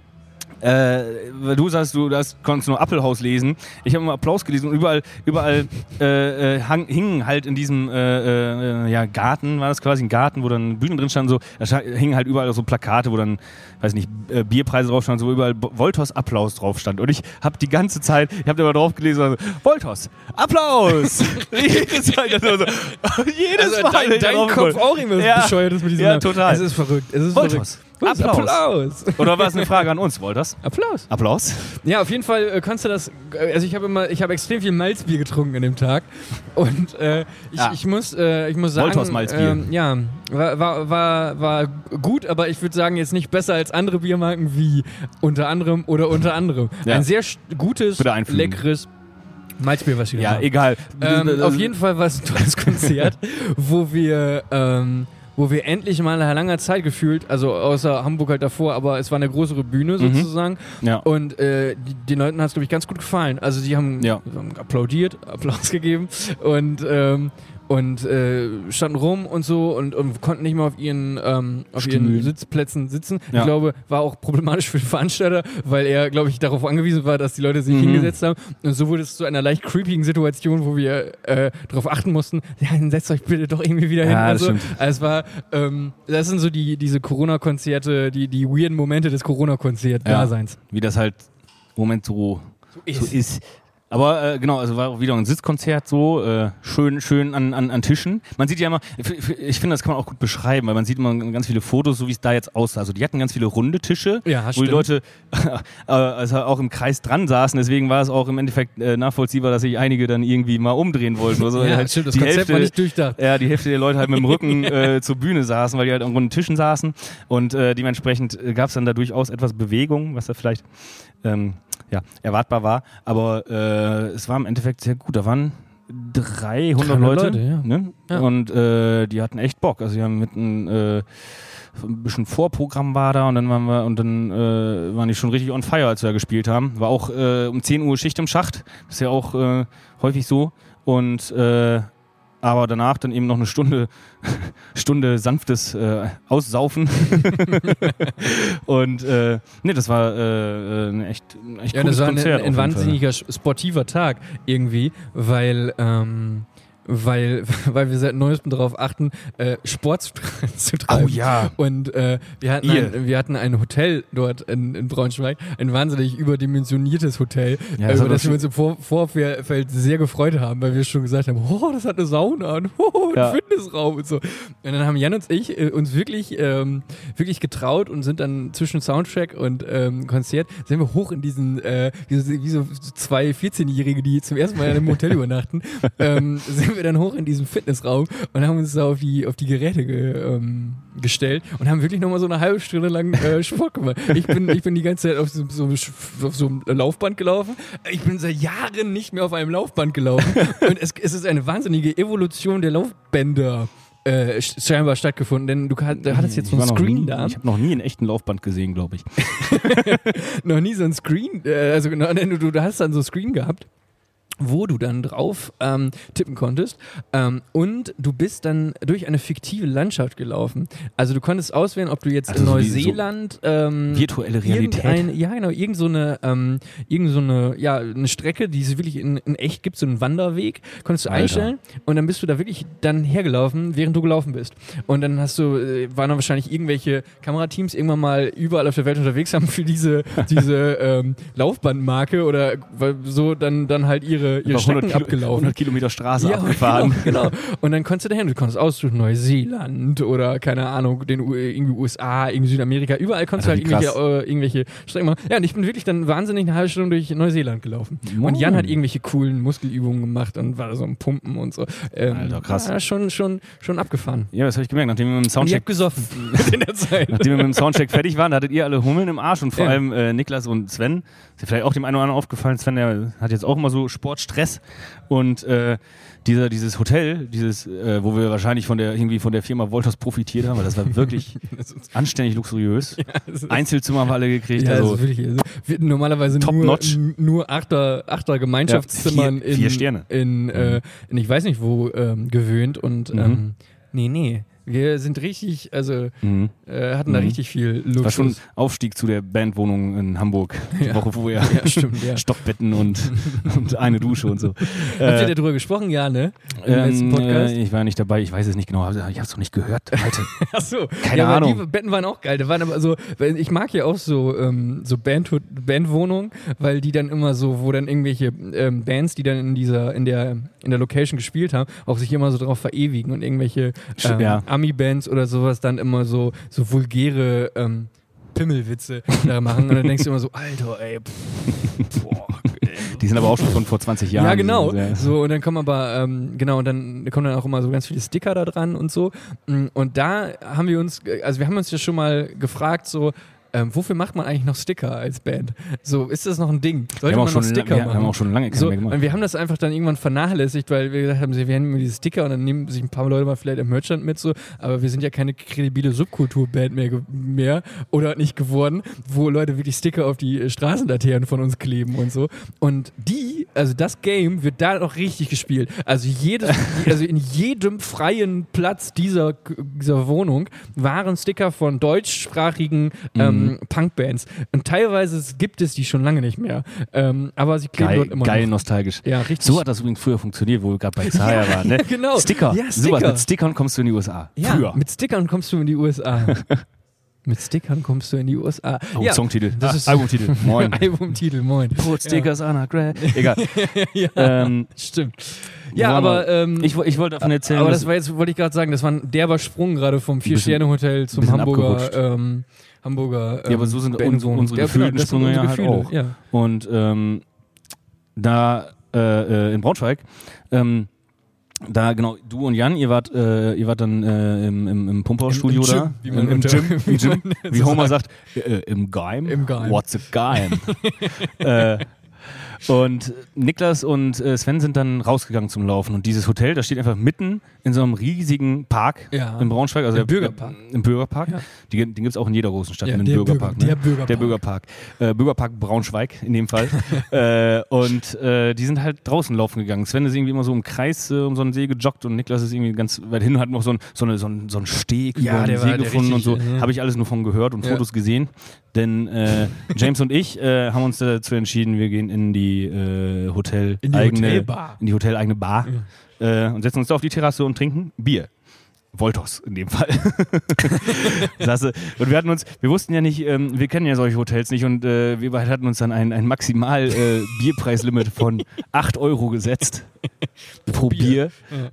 [SPEAKER 2] äh, weil du sagst, du das konntest nur Appelhaus lesen. Ich habe mal Applaus gelesen und überall, überall äh, äh, hang, hingen halt in diesem äh, äh, ja, Garten, war das quasi ein Garten, wo dann Bühnen drin standen, so, da scha- hingen halt überall so Plakate, wo dann, weiß nicht, äh, Bierpreise drauf standen, so überall B- Voltos Applaus drauf stand. Und ich habe die ganze Zeit, ich habe da immer drauf gelesen, also, Voltos, Applaus! jedes Mal, das war so, jedes
[SPEAKER 1] Also
[SPEAKER 2] Mal. wenn
[SPEAKER 1] dein,
[SPEAKER 2] ich da
[SPEAKER 1] dein
[SPEAKER 2] drauf
[SPEAKER 1] Kopf
[SPEAKER 2] gucke.
[SPEAKER 1] auch immer so
[SPEAKER 2] Ja.
[SPEAKER 1] bescheuert ist mit diesem
[SPEAKER 2] Ja,
[SPEAKER 1] Namen.
[SPEAKER 2] total.
[SPEAKER 1] Es ist verrückt. Es ist
[SPEAKER 2] Voltos,
[SPEAKER 1] verrückt. Applaus.
[SPEAKER 2] Oder war es eine Frage an uns, Wolters?
[SPEAKER 1] Applaus.
[SPEAKER 2] Applaus?
[SPEAKER 1] Ja, auf jeden Fall äh, konntest du das. äh, Also ich habe immer, ich habe extrem viel Malzbier getrunken an dem Tag und äh, ich,
[SPEAKER 2] Ah.
[SPEAKER 1] ich muss, äh, ich muss sagen,
[SPEAKER 2] Wolters Malzbier.
[SPEAKER 1] ähm, ja, war, war, war, war gut, aber ich würde sagen jetzt nicht besser als andere Biermarken wie unter anderem oder unter anderem
[SPEAKER 2] Ja.
[SPEAKER 1] ein sehr st- gutes,
[SPEAKER 2] Bitte einfügen.
[SPEAKER 1] leckeres Malzbier, was wir
[SPEAKER 2] Ja,
[SPEAKER 1] haben.
[SPEAKER 2] egal.
[SPEAKER 1] Ähm, auf jeden Fall war es ein tolles Konzert, wo wir, ähm, wo wir endlich mal nach langer Zeit gefühlt, also außer Hamburg halt davor, aber es war eine größere Bühne
[SPEAKER 2] Mhm.
[SPEAKER 1] sozusagen.
[SPEAKER 2] Ja.
[SPEAKER 1] Und äh, die, den Leuten hat es, glaube ich, ganz gut gefallen. Also die haben,
[SPEAKER 2] Ja.
[SPEAKER 1] haben applaudiert, Applaus gegeben und, ähm, und äh, standen rum und so und, und konnten nicht mehr auf ihren, ähm, auf ihren
[SPEAKER 2] Stühlen.
[SPEAKER 1] Sitzplätzen sitzen.
[SPEAKER 2] Ja.
[SPEAKER 1] Ich glaube, war auch problematisch für den Veranstalter, weil er, glaube ich, darauf angewiesen war, dass die Leute sich
[SPEAKER 2] Mhm.
[SPEAKER 1] hingesetzt haben. Und so wurde es zu einer leicht creepigen Situation, wo wir äh, darauf achten mussten, ja, dann setzt euch bitte doch irgendwie wieder
[SPEAKER 2] Ja,
[SPEAKER 1] hin.
[SPEAKER 2] das
[SPEAKER 1] und so.
[SPEAKER 2] stimmt.
[SPEAKER 1] Also es war, ähm, das sind so die, diese Corona-Konzerte, die, die weirden Momente des Corona-Konzert-Daseins.
[SPEAKER 2] Wie das halt im Moment so, so ist. Aber äh, genau, also war auch wieder ein Sitzkonzert so, äh, schön, schön an, an, an Tischen. Man sieht ja immer, f- f- ich finde, das kann man auch gut beschreiben, weil man sieht immer ganz viele Fotos, so wie es da jetzt aussah. Also die hatten ganz viele runde Tische,
[SPEAKER 1] Ja,
[SPEAKER 2] wo
[SPEAKER 1] stimmt.
[SPEAKER 2] die Leute äh, also auch im Kreis dran saßen. Deswegen war es auch im Endeffekt äh, nachvollziehbar, dass sich einige dann irgendwie mal umdrehen wollten. Oder so.
[SPEAKER 1] Ja,
[SPEAKER 2] Halt
[SPEAKER 1] stimmt, das
[SPEAKER 2] die
[SPEAKER 1] Konzept
[SPEAKER 2] Hälfte-
[SPEAKER 1] war nicht durchdacht.
[SPEAKER 2] Ja, die Hälfte der Leute halt mit dem Rücken äh, zur Bühne saßen, weil die halt an runden Tischen saßen. Und äh, dementsprechend äh, gab es dann da durchaus etwas Bewegung, was da vielleicht ähm, ja, erwartbar war. Aber äh, es war im Endeffekt sehr gut. Da waren 300
[SPEAKER 1] 300
[SPEAKER 2] Leute.
[SPEAKER 1] Leute, ja.
[SPEAKER 2] ne?
[SPEAKER 1] Ja.
[SPEAKER 2] Und äh, die hatten echt Bock. Also die haben mit einem äh, ein bisschen Vorprogramm war da und dann waren wir und dann äh, waren die schon richtig on fire, als wir da gespielt haben. War auch äh, um 10 Uhr Schicht im Schacht. Ist ja auch äh, häufig so. Und äh, aber danach dann eben noch eine Stunde, Stunde sanftes äh, Aussaufen. und äh, nee, das war äh, äh, ein echt, ein echt
[SPEAKER 1] Ja,
[SPEAKER 2] cooles
[SPEAKER 1] das war ein,
[SPEAKER 2] Konzert. auf
[SPEAKER 1] ein
[SPEAKER 2] jeden
[SPEAKER 1] wahnsinniger sch- sportiver Tag irgendwie, weil, ähm, weil, weil wir seit neuestem darauf achten, äh, Sport zu, zu
[SPEAKER 2] Fall.
[SPEAKER 1] treiben.
[SPEAKER 2] Oh ja.
[SPEAKER 1] Und äh, wir, hatten
[SPEAKER 2] Ihr.
[SPEAKER 1] ein, wir hatten ein Hotel dort in, in Braunschweig, ein wahnsinnig überdimensioniertes Hotel, äh,
[SPEAKER 2] Ja, das
[SPEAKER 1] über
[SPEAKER 2] hat
[SPEAKER 1] das
[SPEAKER 2] uns-
[SPEAKER 1] wir uns im Vor Vorfeld sehr gefreut haben, weil wir schon gesagt haben, oh, das hat eine Sauna und oh, ein
[SPEAKER 2] Ja.
[SPEAKER 1] Fitnessraum und so. Und dann haben Jan und ich äh, uns wirklich, ähm, wirklich getraut und sind dann zwischen Soundtrack und ähm, Konzert, sind wir hoch in diesen, äh, wie, so, wie so zwei 14-Jährige, die zum ersten Mal in einem Hotel übernachten, ähm, sind wir dann hoch in diesen Fitnessraum und haben uns da auf die, auf die Geräte ge, ähm, gestellt und haben wirklich nochmal so eine halbe Stunde lang äh, Sport gemacht. Ich bin, ich bin die ganze Zeit auf so, so, auf so einem Laufband gelaufen. Ich bin seit Jahren nicht mehr auf einem Laufband gelaufen. Und es, es ist eine wahnsinnige Evolution der Laufbänder. Äh, sch- scheinbar stattgefunden, denn du hat- du hattest jetzt so
[SPEAKER 2] Ich
[SPEAKER 1] ein
[SPEAKER 2] war noch
[SPEAKER 1] Screen
[SPEAKER 2] nie,
[SPEAKER 1] da.
[SPEAKER 2] Ich habe noch nie einen echten Laufband gesehen, glaube ich.
[SPEAKER 1] noch nie so ein Screen, äh, also genau, du, du, du hast dann so ein Screen gehabt, wo du dann drauf ähm, tippen konntest ähm, und du bist dann durch eine fiktive Landschaft gelaufen. Also du konntest auswählen, ob du jetzt
[SPEAKER 2] Also
[SPEAKER 1] in
[SPEAKER 2] so wie- so
[SPEAKER 1] Neuseeland ähm,
[SPEAKER 2] Virtuelle Realität.
[SPEAKER 1] irgendein- Ja, genau, irgend so eine, ähm, irgend so eine, ja, eine Strecke, die es wirklich in, in echt gibt, so einen Wanderweg, konntest du
[SPEAKER 2] Alter.
[SPEAKER 1] einstellen und dann bist du da wirklich dann hergelaufen, während du gelaufen bist. Und dann hast du, äh, waren dann wahrscheinlich irgendwelche Kamerateams irgendwann mal überall auf der Welt unterwegs haben für diese, diese ähm, Laufbandmarke oder weil so dann, dann halt ihre, ihre
[SPEAKER 2] Einfach
[SPEAKER 1] Strecken
[SPEAKER 2] 100 Kilo-
[SPEAKER 1] abgelaufen.
[SPEAKER 2] 100 Kilometer Straße
[SPEAKER 1] Ja,
[SPEAKER 2] Also abgefahren.
[SPEAKER 1] Genau, genau. Und dann konntest du dahin, du konntest aussuchen, Neuseeland oder keine Ahnung, den U irgendwie USA, irgendwie Südamerika, überall konntest
[SPEAKER 2] Alter,
[SPEAKER 1] du halt
[SPEAKER 2] Also wie
[SPEAKER 1] irgendwelche, äh, irgendwelche Strecken machen. Ja, und ich bin wirklich dann wahnsinnig eine halbe Stunde durch Neuseeland gelaufen.
[SPEAKER 2] Moin.
[SPEAKER 1] genau. Und Jan hat irgendwelche coolen Muskelübungen gemacht und war da so am Pumpen und so. Ähm,
[SPEAKER 2] Alter, krass.
[SPEAKER 1] Ja, schon, schon, schon abgefahren.
[SPEAKER 2] Ja, das habe ich gemerkt, nachdem wir
[SPEAKER 1] Und
[SPEAKER 2] mit dem
[SPEAKER 1] ich
[SPEAKER 2] Soundcheck
[SPEAKER 1] hab gesoffen in der Zeit.
[SPEAKER 2] Nachdem wir mit dem Soundcheck fertig waren, hattet ihr alle Hummeln im Arsch und vor
[SPEAKER 1] Ja.
[SPEAKER 2] allem äh, Niklas und Sven. Ist ja vielleicht auch dem einen oder anderen aufgefallen. Sven der hat jetzt auch immer so Sportstress und äh, dieser, dieses Hotel, dieses, äh, wo wir wahrscheinlich von der irgendwie von der Firma Voltos profitiert haben, weil das war wirklich anständig luxuriös.
[SPEAKER 1] Das ist-
[SPEAKER 2] Einzelzimmer haben wir alle gekriegt.
[SPEAKER 1] Ja, also
[SPEAKER 2] also
[SPEAKER 1] wirklich. Also, wir, normalerweise
[SPEAKER 2] Top
[SPEAKER 1] nur,
[SPEAKER 2] notch.
[SPEAKER 1] n- nur Achter, Achter Gemeinschaftszimmern
[SPEAKER 2] Ja, vier- vier
[SPEAKER 1] in,
[SPEAKER 2] Sterne. Mhm.
[SPEAKER 1] in, äh, in ich weiß nicht wo ähm, gewöhnt und ähm, nee, nee. Wir sind richtig, also
[SPEAKER 2] Mhm.
[SPEAKER 1] äh, hatten da
[SPEAKER 2] Mhm.
[SPEAKER 1] richtig viel
[SPEAKER 2] War
[SPEAKER 1] Luxus.
[SPEAKER 2] schon Aufstieg zu der Bandwohnung in Hamburg die
[SPEAKER 1] Ja.
[SPEAKER 2] Woche vorher.
[SPEAKER 1] Ja, stimmt, ja.
[SPEAKER 2] Stockbetten und, und eine Dusche und so.
[SPEAKER 1] Habt
[SPEAKER 2] Äh,
[SPEAKER 1] ihr darüber gesprochen? Ja, ne? Im letzten Podcast?
[SPEAKER 2] äh, ich war nicht dabei, ich weiß es nicht genau. Ich habe es doch nicht gehört. Alter.
[SPEAKER 1] Ach so.
[SPEAKER 2] Keine
[SPEAKER 1] ja, aber
[SPEAKER 2] Ahnung.
[SPEAKER 1] Die Betten waren auch geil. Da waren aber so, weil ich mag ja auch so, ähm, so Band, Bandwohnungen, weil die dann immer so, wo dann irgendwelche ähm, Bands, die dann in dieser, in der, in der Location gespielt haben, auch sich immer so drauf verewigen und irgendwelche
[SPEAKER 2] Sch-
[SPEAKER 1] ähm,
[SPEAKER 2] ja.
[SPEAKER 1] Ami-Bands oder sowas dann immer so, so vulgäre ähm, Pimmelwitze da machen. Und dann denkst du immer so, Alter, ey, pff, boah, ey,
[SPEAKER 2] Die sind aber auch schon von vor 20 Jahren.
[SPEAKER 1] ja, genau.
[SPEAKER 2] Ja.
[SPEAKER 1] So, und dann kommen aber, ähm, genau, und dann kommen dann auch immer so ganz viele Sticker da dran und so. Mm, Und da haben wir uns, äh, also wir haben uns ja schon mal gefragt, so, ähm, wofür macht man eigentlich noch Sticker als Band? So, ist das noch ein Ding?
[SPEAKER 2] wir
[SPEAKER 1] Sollte
[SPEAKER 2] haben auch
[SPEAKER 1] man noch
[SPEAKER 2] schon,
[SPEAKER 1] Sticker
[SPEAKER 2] wir
[SPEAKER 1] machen?
[SPEAKER 2] haben auch schon lange keine
[SPEAKER 1] so,
[SPEAKER 2] mehr gemacht.
[SPEAKER 1] und wir haben das einfach dann irgendwann vernachlässigt, weil wir gesagt haben, wir haben diese Sticker und dann nehmen sich ein paar Leute mal vielleicht im Merchant mit, so, aber wir sind ja keine kredibile Subkulturband mehr, ge- mehr oder nicht geworden, wo Leute wirklich Sticker auf die äh, Straßenlaternen von uns kleben und so. Und die, also das Game wird da noch richtig gespielt. Also jedes, also in jedem freien Platz dieser, dieser Wohnung waren Sticker von deutschsprachigen
[SPEAKER 2] Mhm.
[SPEAKER 1] ähm, Punkbands. Und teilweise gibt es die schon lange nicht mehr. Ähm, aber sie kleben
[SPEAKER 2] Geil,
[SPEAKER 1] dort immer
[SPEAKER 2] geil
[SPEAKER 1] noch.
[SPEAKER 2] nostalgisch.
[SPEAKER 1] Ja, richtig.
[SPEAKER 2] So hat das übrigens früher funktioniert, wo wir gerade bei Zaya waren. Ne?
[SPEAKER 1] genau.
[SPEAKER 2] Sticker.
[SPEAKER 1] Ja,
[SPEAKER 2] Sowas.
[SPEAKER 1] Sticker.
[SPEAKER 2] Mit Stickern kommst du in die USA.
[SPEAKER 1] ja,
[SPEAKER 2] Früher.
[SPEAKER 1] mit Stickern kommst du in die USA. mit Stickern kommst du in die USA.
[SPEAKER 2] oh,
[SPEAKER 1] ja,
[SPEAKER 2] Songtitel.
[SPEAKER 1] das
[SPEAKER 2] Ah,
[SPEAKER 1] ist-
[SPEAKER 2] Albumtitel. Moin.
[SPEAKER 1] Albumtitel, moin.
[SPEAKER 2] Put Stickers on a gra- Egal.
[SPEAKER 1] Ja,
[SPEAKER 2] ähm,
[SPEAKER 1] stimmt. Ja,
[SPEAKER 2] Wollen wir-
[SPEAKER 1] aber ähm,
[SPEAKER 2] ich, wo- ich wollte davon erzählen,
[SPEAKER 1] Aber
[SPEAKER 2] dass-
[SPEAKER 1] das war jetzt, wollte ich gerade sagen, das war ein derber Sprung gerade vom Vier-Sterne-Hotel zum
[SPEAKER 2] bisschen
[SPEAKER 1] Hamburger.
[SPEAKER 2] abgerutscht.
[SPEAKER 1] Ähm, Hamburger. Ähm,
[SPEAKER 2] Ja, aber so sind
[SPEAKER 1] Bandwohnung.
[SPEAKER 2] unsere- unsere
[SPEAKER 1] Ja, genau,
[SPEAKER 2] gefühlten
[SPEAKER 1] das sind
[SPEAKER 2] Sprünge
[SPEAKER 1] unsere
[SPEAKER 2] ja halt auch.
[SPEAKER 1] Ja.
[SPEAKER 2] Und ähm, da äh, äh, in Braunschweig, ähm, da genau, du und Jan, ihr wart, äh, ihr wart dann äh, im, im, im Pumper-Studio
[SPEAKER 1] Im- im Gym,
[SPEAKER 2] da.
[SPEAKER 1] wie man
[SPEAKER 2] Im, im
[SPEAKER 1] unter-
[SPEAKER 2] Gym,
[SPEAKER 1] wie
[SPEAKER 2] wie, Gym,
[SPEAKER 1] man
[SPEAKER 2] wie
[SPEAKER 1] so
[SPEAKER 2] Homer sagt, äh, im Geim.
[SPEAKER 1] Im Geim.
[SPEAKER 2] What's a Geim? äh, und Niklas und äh, Sven sind dann rausgegangen zum Laufen. Und dieses Hotel, das steht einfach mitten in so einem riesigen Park
[SPEAKER 1] Ja.
[SPEAKER 2] in Braunschweig. Also
[SPEAKER 1] Im
[SPEAKER 2] der-
[SPEAKER 1] Bürgerpark.
[SPEAKER 2] Im Bürgerpark.
[SPEAKER 1] Ja.
[SPEAKER 2] Die, den gibt es auch in jeder großen Stadt.
[SPEAKER 1] Ja,
[SPEAKER 2] einen
[SPEAKER 1] der
[SPEAKER 2] Bürgerpark,
[SPEAKER 1] Bürger-
[SPEAKER 2] ne?
[SPEAKER 1] der Bürgerpark.
[SPEAKER 2] Der Bürgerpark. Äh, Bürgerpark Braunschweig in dem Fall. äh, und äh, die sind halt draußen laufen gegangen. Sven ist irgendwie immer so im Kreis äh, um so einen See gejoggt und Niklas ist irgendwie ganz weit hin und hat noch so, ein, so, eine, so, ein, so einen Steg
[SPEAKER 1] Ja,
[SPEAKER 2] über
[SPEAKER 1] der
[SPEAKER 2] den
[SPEAKER 1] war-
[SPEAKER 2] See
[SPEAKER 1] der
[SPEAKER 2] gefunden und so.
[SPEAKER 1] richtig, mhm.
[SPEAKER 2] Habe ich alles nur von gehört und
[SPEAKER 1] Ja.
[SPEAKER 2] Fotos gesehen. Denn äh, James und ich äh, haben uns dazu entschieden, wir gehen in die äh, Hotel
[SPEAKER 1] In die
[SPEAKER 2] eigene
[SPEAKER 1] Hotelbar.
[SPEAKER 2] in die Hoteleigene Bar äh, und setzen uns da auf die Terrasse und trinken Bier. Voltos in dem Fall. Sasse. Und wir hatten uns, wir wussten ja nicht, ähm, wir kennen ja solche Hotels nicht und äh, wir beide hatten uns dann ein, ein maximal äh, Bierpreislimit von 8 Euro gesetzt pro Bier.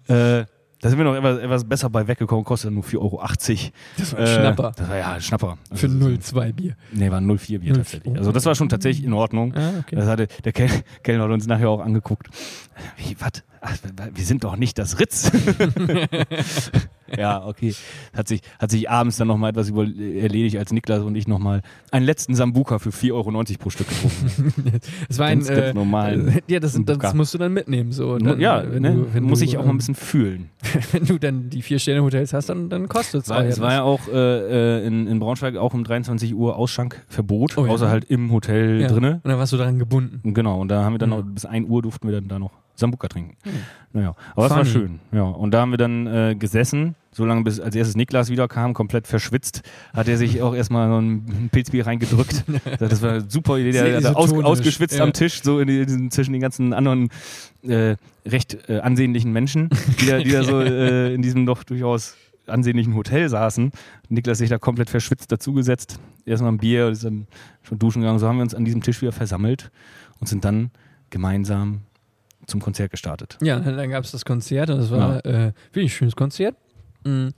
[SPEAKER 2] Äh, da sind wir noch etwas, etwas besser bei weggekommen, kostet nur 4,80 Euro. Äh,
[SPEAKER 1] Das war ein Schnapper.
[SPEAKER 2] Das war ja ein Schnapper.
[SPEAKER 1] Für
[SPEAKER 2] Also,
[SPEAKER 1] 0,2 Bier.
[SPEAKER 2] Nee, war ein 0,4 Bier
[SPEAKER 1] 0,4.
[SPEAKER 2] tatsächlich. Also das war schon tatsächlich in Ordnung.
[SPEAKER 1] Ah, okay.
[SPEAKER 2] Das hatte, der Kel- Kellner hat uns nachher auch angeguckt. Wie, was? Wir sind doch nicht das Ritz. ja, okay. Hat sich, hat sich abends dann nochmal etwas über, erledigt, als Niklas und ich nochmal einen letzten Sambuka für 4,90 Euro pro Stück getrunken
[SPEAKER 1] Es war ein.
[SPEAKER 2] ganz, ganz normal.
[SPEAKER 1] äh, ja, das, sind- das
[SPEAKER 2] Bukka.
[SPEAKER 1] musst du dann mitnehmen. So. Dann,
[SPEAKER 2] haben. ja,
[SPEAKER 1] wenn
[SPEAKER 2] ne?
[SPEAKER 1] du- wenn
[SPEAKER 2] muss
[SPEAKER 1] du,
[SPEAKER 2] ich auch mal ein
[SPEAKER 1] ähm,
[SPEAKER 2] bisschen fühlen.
[SPEAKER 1] Wenn du dann die Vier-Sterne-Hotels hast, dann, dann kostet es
[SPEAKER 2] Es war, es war ja auch äh, äh, in, in Braunschweig auch um 23 Uhr Ausschankverbot,
[SPEAKER 1] Oh ja.
[SPEAKER 2] außer halt im Hotel drinne.
[SPEAKER 1] Und dann warst du daran gebunden.
[SPEAKER 2] Und Genau, und da haben wir dann
[SPEAKER 1] Ja.
[SPEAKER 2] noch, bis 1 Uhr durften wir dann da noch Sambuka trinken. Naja, aber das war
[SPEAKER 1] Funny.
[SPEAKER 2] schön. Ja, und da haben wir dann äh, gesessen, solange bis als erstes Niklas wiederkam, komplett verschwitzt, hat er sich auch erstmal so ein Pilzbier reingedrückt. das war eine super Idee, der
[SPEAKER 1] Sehr
[SPEAKER 2] hat er aus,
[SPEAKER 1] isotonisch,
[SPEAKER 2] ausgeschwitzt
[SPEAKER 1] ja.
[SPEAKER 2] am Tisch, so in diesen, zwischen den ganzen anderen äh, recht äh, ansehnlichen Menschen, die da, die da so äh, in diesem doch durchaus ansehnlichen Hotel saßen. Niklas sich da komplett verschwitzt dazugesetzt, erstmal ein Bier und ist dann schon duschen gegangen. So haben wir uns an diesem Tisch wieder versammelt und sind dann gemeinsam zum Konzert gestartet.
[SPEAKER 1] Ja, dann gab es das Konzert und das war äh, wirklich ein schönes Konzert. Mhm.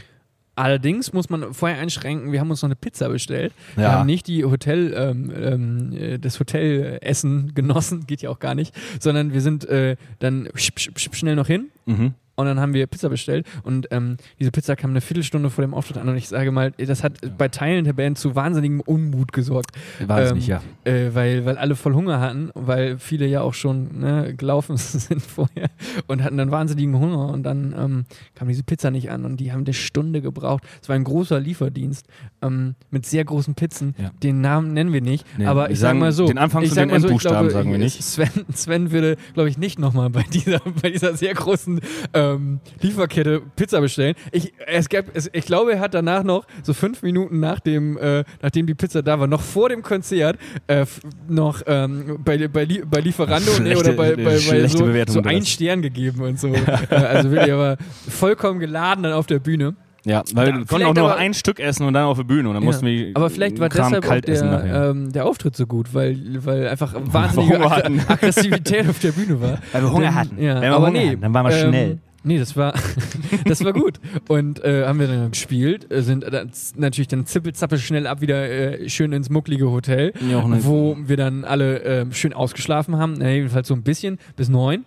[SPEAKER 1] Allerdings muss man vorher einschränken, wir haben uns noch eine Pizza bestellt. Wir
[SPEAKER 2] Ja.
[SPEAKER 1] haben nicht die Hotel, ähm, ähm, äh, das Hotelessen genossen, geht ja auch gar nicht, sondern wir sind äh, dann schip, schip, schip schnell noch hin
[SPEAKER 2] Mhm.
[SPEAKER 1] und dann haben wir Pizza bestellt und ähm, diese Pizza kam eine Viertelstunde vor dem Auftritt an und ich sage mal, das hat bei Teilen der Band zu wahnsinnigem Unmut gesorgt
[SPEAKER 2] War es
[SPEAKER 1] Ähm,
[SPEAKER 2] nicht, ja.
[SPEAKER 1] äh, weil, weil alle voll Hunger hatten, weil viele ja auch schon ne, gelaufen sind vorher und hatten dann wahnsinnigen Hunger und dann ähm, kam diese Pizza nicht an und die haben eine Stunde gebraucht. Es war ein großer Lieferdienst ähm, mit sehr großen Pizzen.
[SPEAKER 2] Ja.
[SPEAKER 1] Den Namen nennen wir nicht,
[SPEAKER 2] Nee,
[SPEAKER 1] aber
[SPEAKER 2] wir
[SPEAKER 1] ich sag
[SPEAKER 2] sagen
[SPEAKER 1] mal so.
[SPEAKER 2] den Anfangs-
[SPEAKER 1] ich
[SPEAKER 2] und
[SPEAKER 1] sag
[SPEAKER 2] den
[SPEAKER 1] mal so, ich
[SPEAKER 2] Endbuchstaben
[SPEAKER 1] glaube,
[SPEAKER 2] sagen wir nicht.
[SPEAKER 1] Sven, Sven würde, glaube ich, nicht nochmal bei dieser, bei dieser sehr großen äh, ähm, Lieferkette Pizza bestellen. Ich, es gab, es, ich glaube, er hat danach noch, so fünf Minuten nach dem, äh, nachdem die Pizza da war, noch vor dem Konzert, äh, f- noch ähm, bei, bei, Lie- bei Lieferando nee,
[SPEAKER 2] Schlechte-
[SPEAKER 1] oder bei, bei, bei
[SPEAKER 2] schlechte
[SPEAKER 1] so,
[SPEAKER 2] Bewertung,
[SPEAKER 1] so
[SPEAKER 2] das.
[SPEAKER 1] einen Stern gegeben und so. Äh, Also wirklich, aber vollkommen geladen dann auf der Bühne.
[SPEAKER 2] Ja, weil wir konnten auch
[SPEAKER 1] vielleicht
[SPEAKER 2] nur noch
[SPEAKER 1] aber-
[SPEAKER 2] ein Stück essen und dann auf die Bühne und dann mussten wir
[SPEAKER 1] Aber vielleicht war
[SPEAKER 2] Kram
[SPEAKER 1] deshalb auch
[SPEAKER 2] kalt essen nachher.
[SPEAKER 1] der, ähm, der Auftritt so gut, weil, weil einfach wahnsinnige
[SPEAKER 2] Hunger
[SPEAKER 1] Ag-
[SPEAKER 2] hatten.
[SPEAKER 1] Aggressivität auf der Bühne war.
[SPEAKER 2] Weil wir Hunger
[SPEAKER 1] Denn-
[SPEAKER 2] hatten.
[SPEAKER 1] Ja,
[SPEAKER 2] Wenn wir
[SPEAKER 1] aber
[SPEAKER 2] Hunger
[SPEAKER 1] nee,
[SPEAKER 2] hatten, dann waren wir
[SPEAKER 1] ähm,
[SPEAKER 2] schnell.
[SPEAKER 1] Nee, das war, das war gut. Und äh, haben wir dann gespielt, äh, sind dann z- natürlich dann zippelzappel schnell ab wieder äh, schön ins mucklige Hotel,
[SPEAKER 2] Ja, auch nicht.
[SPEAKER 1] wo wir dann alle ähm, schön ausgeschlafen haben, na, jedenfalls so ein bisschen bis neun.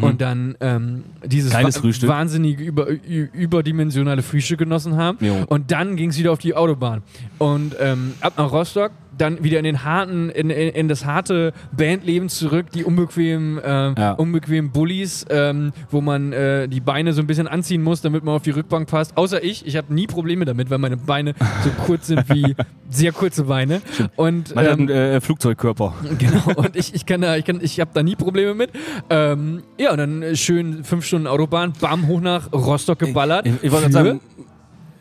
[SPEAKER 1] Und dann ähm, dieses
[SPEAKER 2] Mhm. Geiles
[SPEAKER 1] wa-
[SPEAKER 2] Frühstück.
[SPEAKER 1] wahnsinnige über, ü- überdimensionale Frühstück genossen haben.
[SPEAKER 2] Jo.
[SPEAKER 1] Und dann ging es wieder auf die Autobahn. Und ähm, ab nach Rostock, dann wieder in den harten, in, in, in das harte Bandleben zurück, die unbequemen, ähm,
[SPEAKER 2] Ja.
[SPEAKER 1] unbequemen Bullies, ähm, wo man äh, die Beine so ein bisschen anziehen muss, damit man auf die Rückbank passt. Außer ich, ich habe nie Probleme damit, weil meine Beine so kurz sind wie sehr kurze Beine. Und
[SPEAKER 2] Man hat
[SPEAKER 1] ähm,
[SPEAKER 2] einen äh, Flugzeugkörper.
[SPEAKER 1] Genau, und ich, ich kann da, ich kann, ich habe da nie Probleme mit. Ähm, ja, und dann äh, schön fünf Stunden Autobahn, bam, hoch nach Rostock geballert.
[SPEAKER 2] Ich, ich wollte
[SPEAKER 1] Für-
[SPEAKER 2] gerade sagen,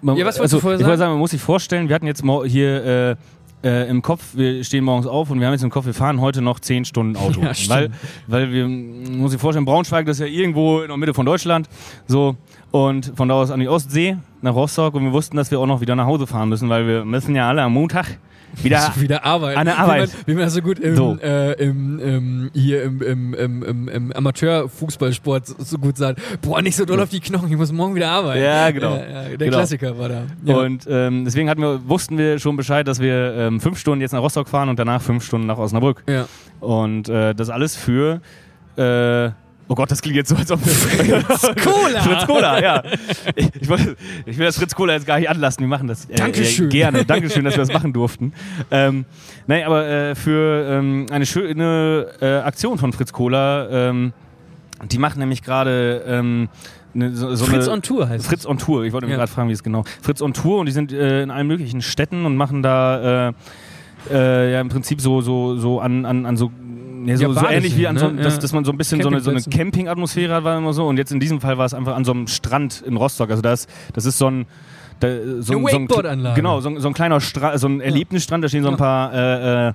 [SPEAKER 2] man,
[SPEAKER 1] Ja, was wolltest du
[SPEAKER 2] also,
[SPEAKER 1] vorher
[SPEAKER 2] ich wollte
[SPEAKER 1] sagen?
[SPEAKER 2] sagen, man muss sich vorstellen, wir hatten jetzt mo- hier äh, äh, im Kopf, wir stehen morgens auf und wir haben jetzt im Kopf, wir fahren heute noch 10 Stunden Auto.
[SPEAKER 1] Ja, stimmt.
[SPEAKER 2] weil, weil wir, man muss sich vorstellen, Braunschweig, das ist ja irgendwo in der Mitte von Deutschland. So, und von da aus an die Ostsee, nach Rostock und wir wussten, dass wir auch noch wieder nach Hause fahren müssen, weil wir müssen ja alle am Montag wieder.
[SPEAKER 1] wieder arbeiten.
[SPEAKER 2] An der Ah. Arbeit.
[SPEAKER 1] Wie man, wie man das so gut im,
[SPEAKER 2] So.
[SPEAKER 1] Äh, im, im, hier im, im, im, im, im Amateurfußballsport so, so gut sagt, boah, nicht so doll auf die Knochen, ich muss morgen wieder arbeiten.
[SPEAKER 2] Ja, genau.
[SPEAKER 1] Ja, ja, der
[SPEAKER 2] Genau.
[SPEAKER 1] Klassiker war da. Ja.
[SPEAKER 2] Und ähm, deswegen hatten wir, wussten wir schon Bescheid, dass wir ähm, fünf Stunden jetzt nach Rostock fahren und danach fünf Stunden nach Osnabrück.
[SPEAKER 1] ja.
[SPEAKER 2] Und äh, das alles für. Äh, oh Gott, das klingt jetzt so, als ob. Fritz
[SPEAKER 1] Cola.
[SPEAKER 2] Fritz Cola, ja. Ich, ich, wollte- ich will das Fritz Cola jetzt gar nicht anlassen. Wir machen das. äh,
[SPEAKER 1] Dankeschön.
[SPEAKER 2] Äh, gerne. Dankeschön, dass wir das machen durften. Ähm, nein, aber äh, für ähm, eine schöne äh, Aktion von Fritz Cola. Ähm, die machen nämlich gerade. Ähm, ne, so, so
[SPEAKER 1] Fritz
[SPEAKER 2] eine,
[SPEAKER 1] on Tour heißt
[SPEAKER 2] Fritz on Tour, ich wollte mich
[SPEAKER 1] Ja.
[SPEAKER 2] gerade fragen, wie es genau. Fritz on Tour und die sind äh, in allen möglichen Städten und machen da äh, äh, ja im Prinzip so so so an an, an so ja, so,
[SPEAKER 1] Ja,
[SPEAKER 2] so ähnlich wie an so,
[SPEAKER 1] ne?
[SPEAKER 2] dass,
[SPEAKER 1] Ja.
[SPEAKER 2] dass man so ein bisschen so eine, so eine
[SPEAKER 1] Campingplätze.
[SPEAKER 2] Camping-Atmosphäre hat, war immer so. Und jetzt in diesem Fall war es einfach an so einem Strand in Rostock. Also das, das ist so ein da, so,
[SPEAKER 1] Eine
[SPEAKER 2] ein- so ein-
[SPEAKER 1] Wakeboard-Anlage.
[SPEAKER 2] Genau, so, ein- so ein kleiner Stra so ein Erlebnisstrand, da stehen so ein
[SPEAKER 1] Ja.
[SPEAKER 2] paar äh, äh,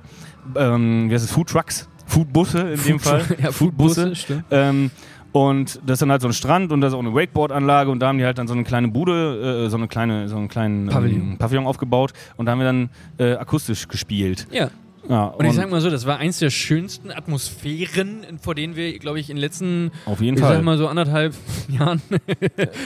[SPEAKER 2] ähm, wie heißt es, Food Trucks, Foodbusse in dem Fall.
[SPEAKER 1] Ja, Foodbusse, stimmt.
[SPEAKER 2] Ähm, und das ist dann halt so ein Strand und da ist auch eine Wakeboard-Anlage und da haben die halt dann so eine kleine Bude, äh, so eine kleine, so einen kleinen Ähm,
[SPEAKER 1] Pavillon.
[SPEAKER 2] Pavillon aufgebaut und da haben wir dann äh, akustisch gespielt.
[SPEAKER 1] Ja.
[SPEAKER 2] Ja,
[SPEAKER 1] Und, ich sag mal so, das war eins der schönsten Atmosphären, vor denen wir, glaube ich, in den letzten,
[SPEAKER 2] auf jeden
[SPEAKER 1] ich
[SPEAKER 2] Fall. Mhm.
[SPEAKER 1] sag mal so anderthalb Jahren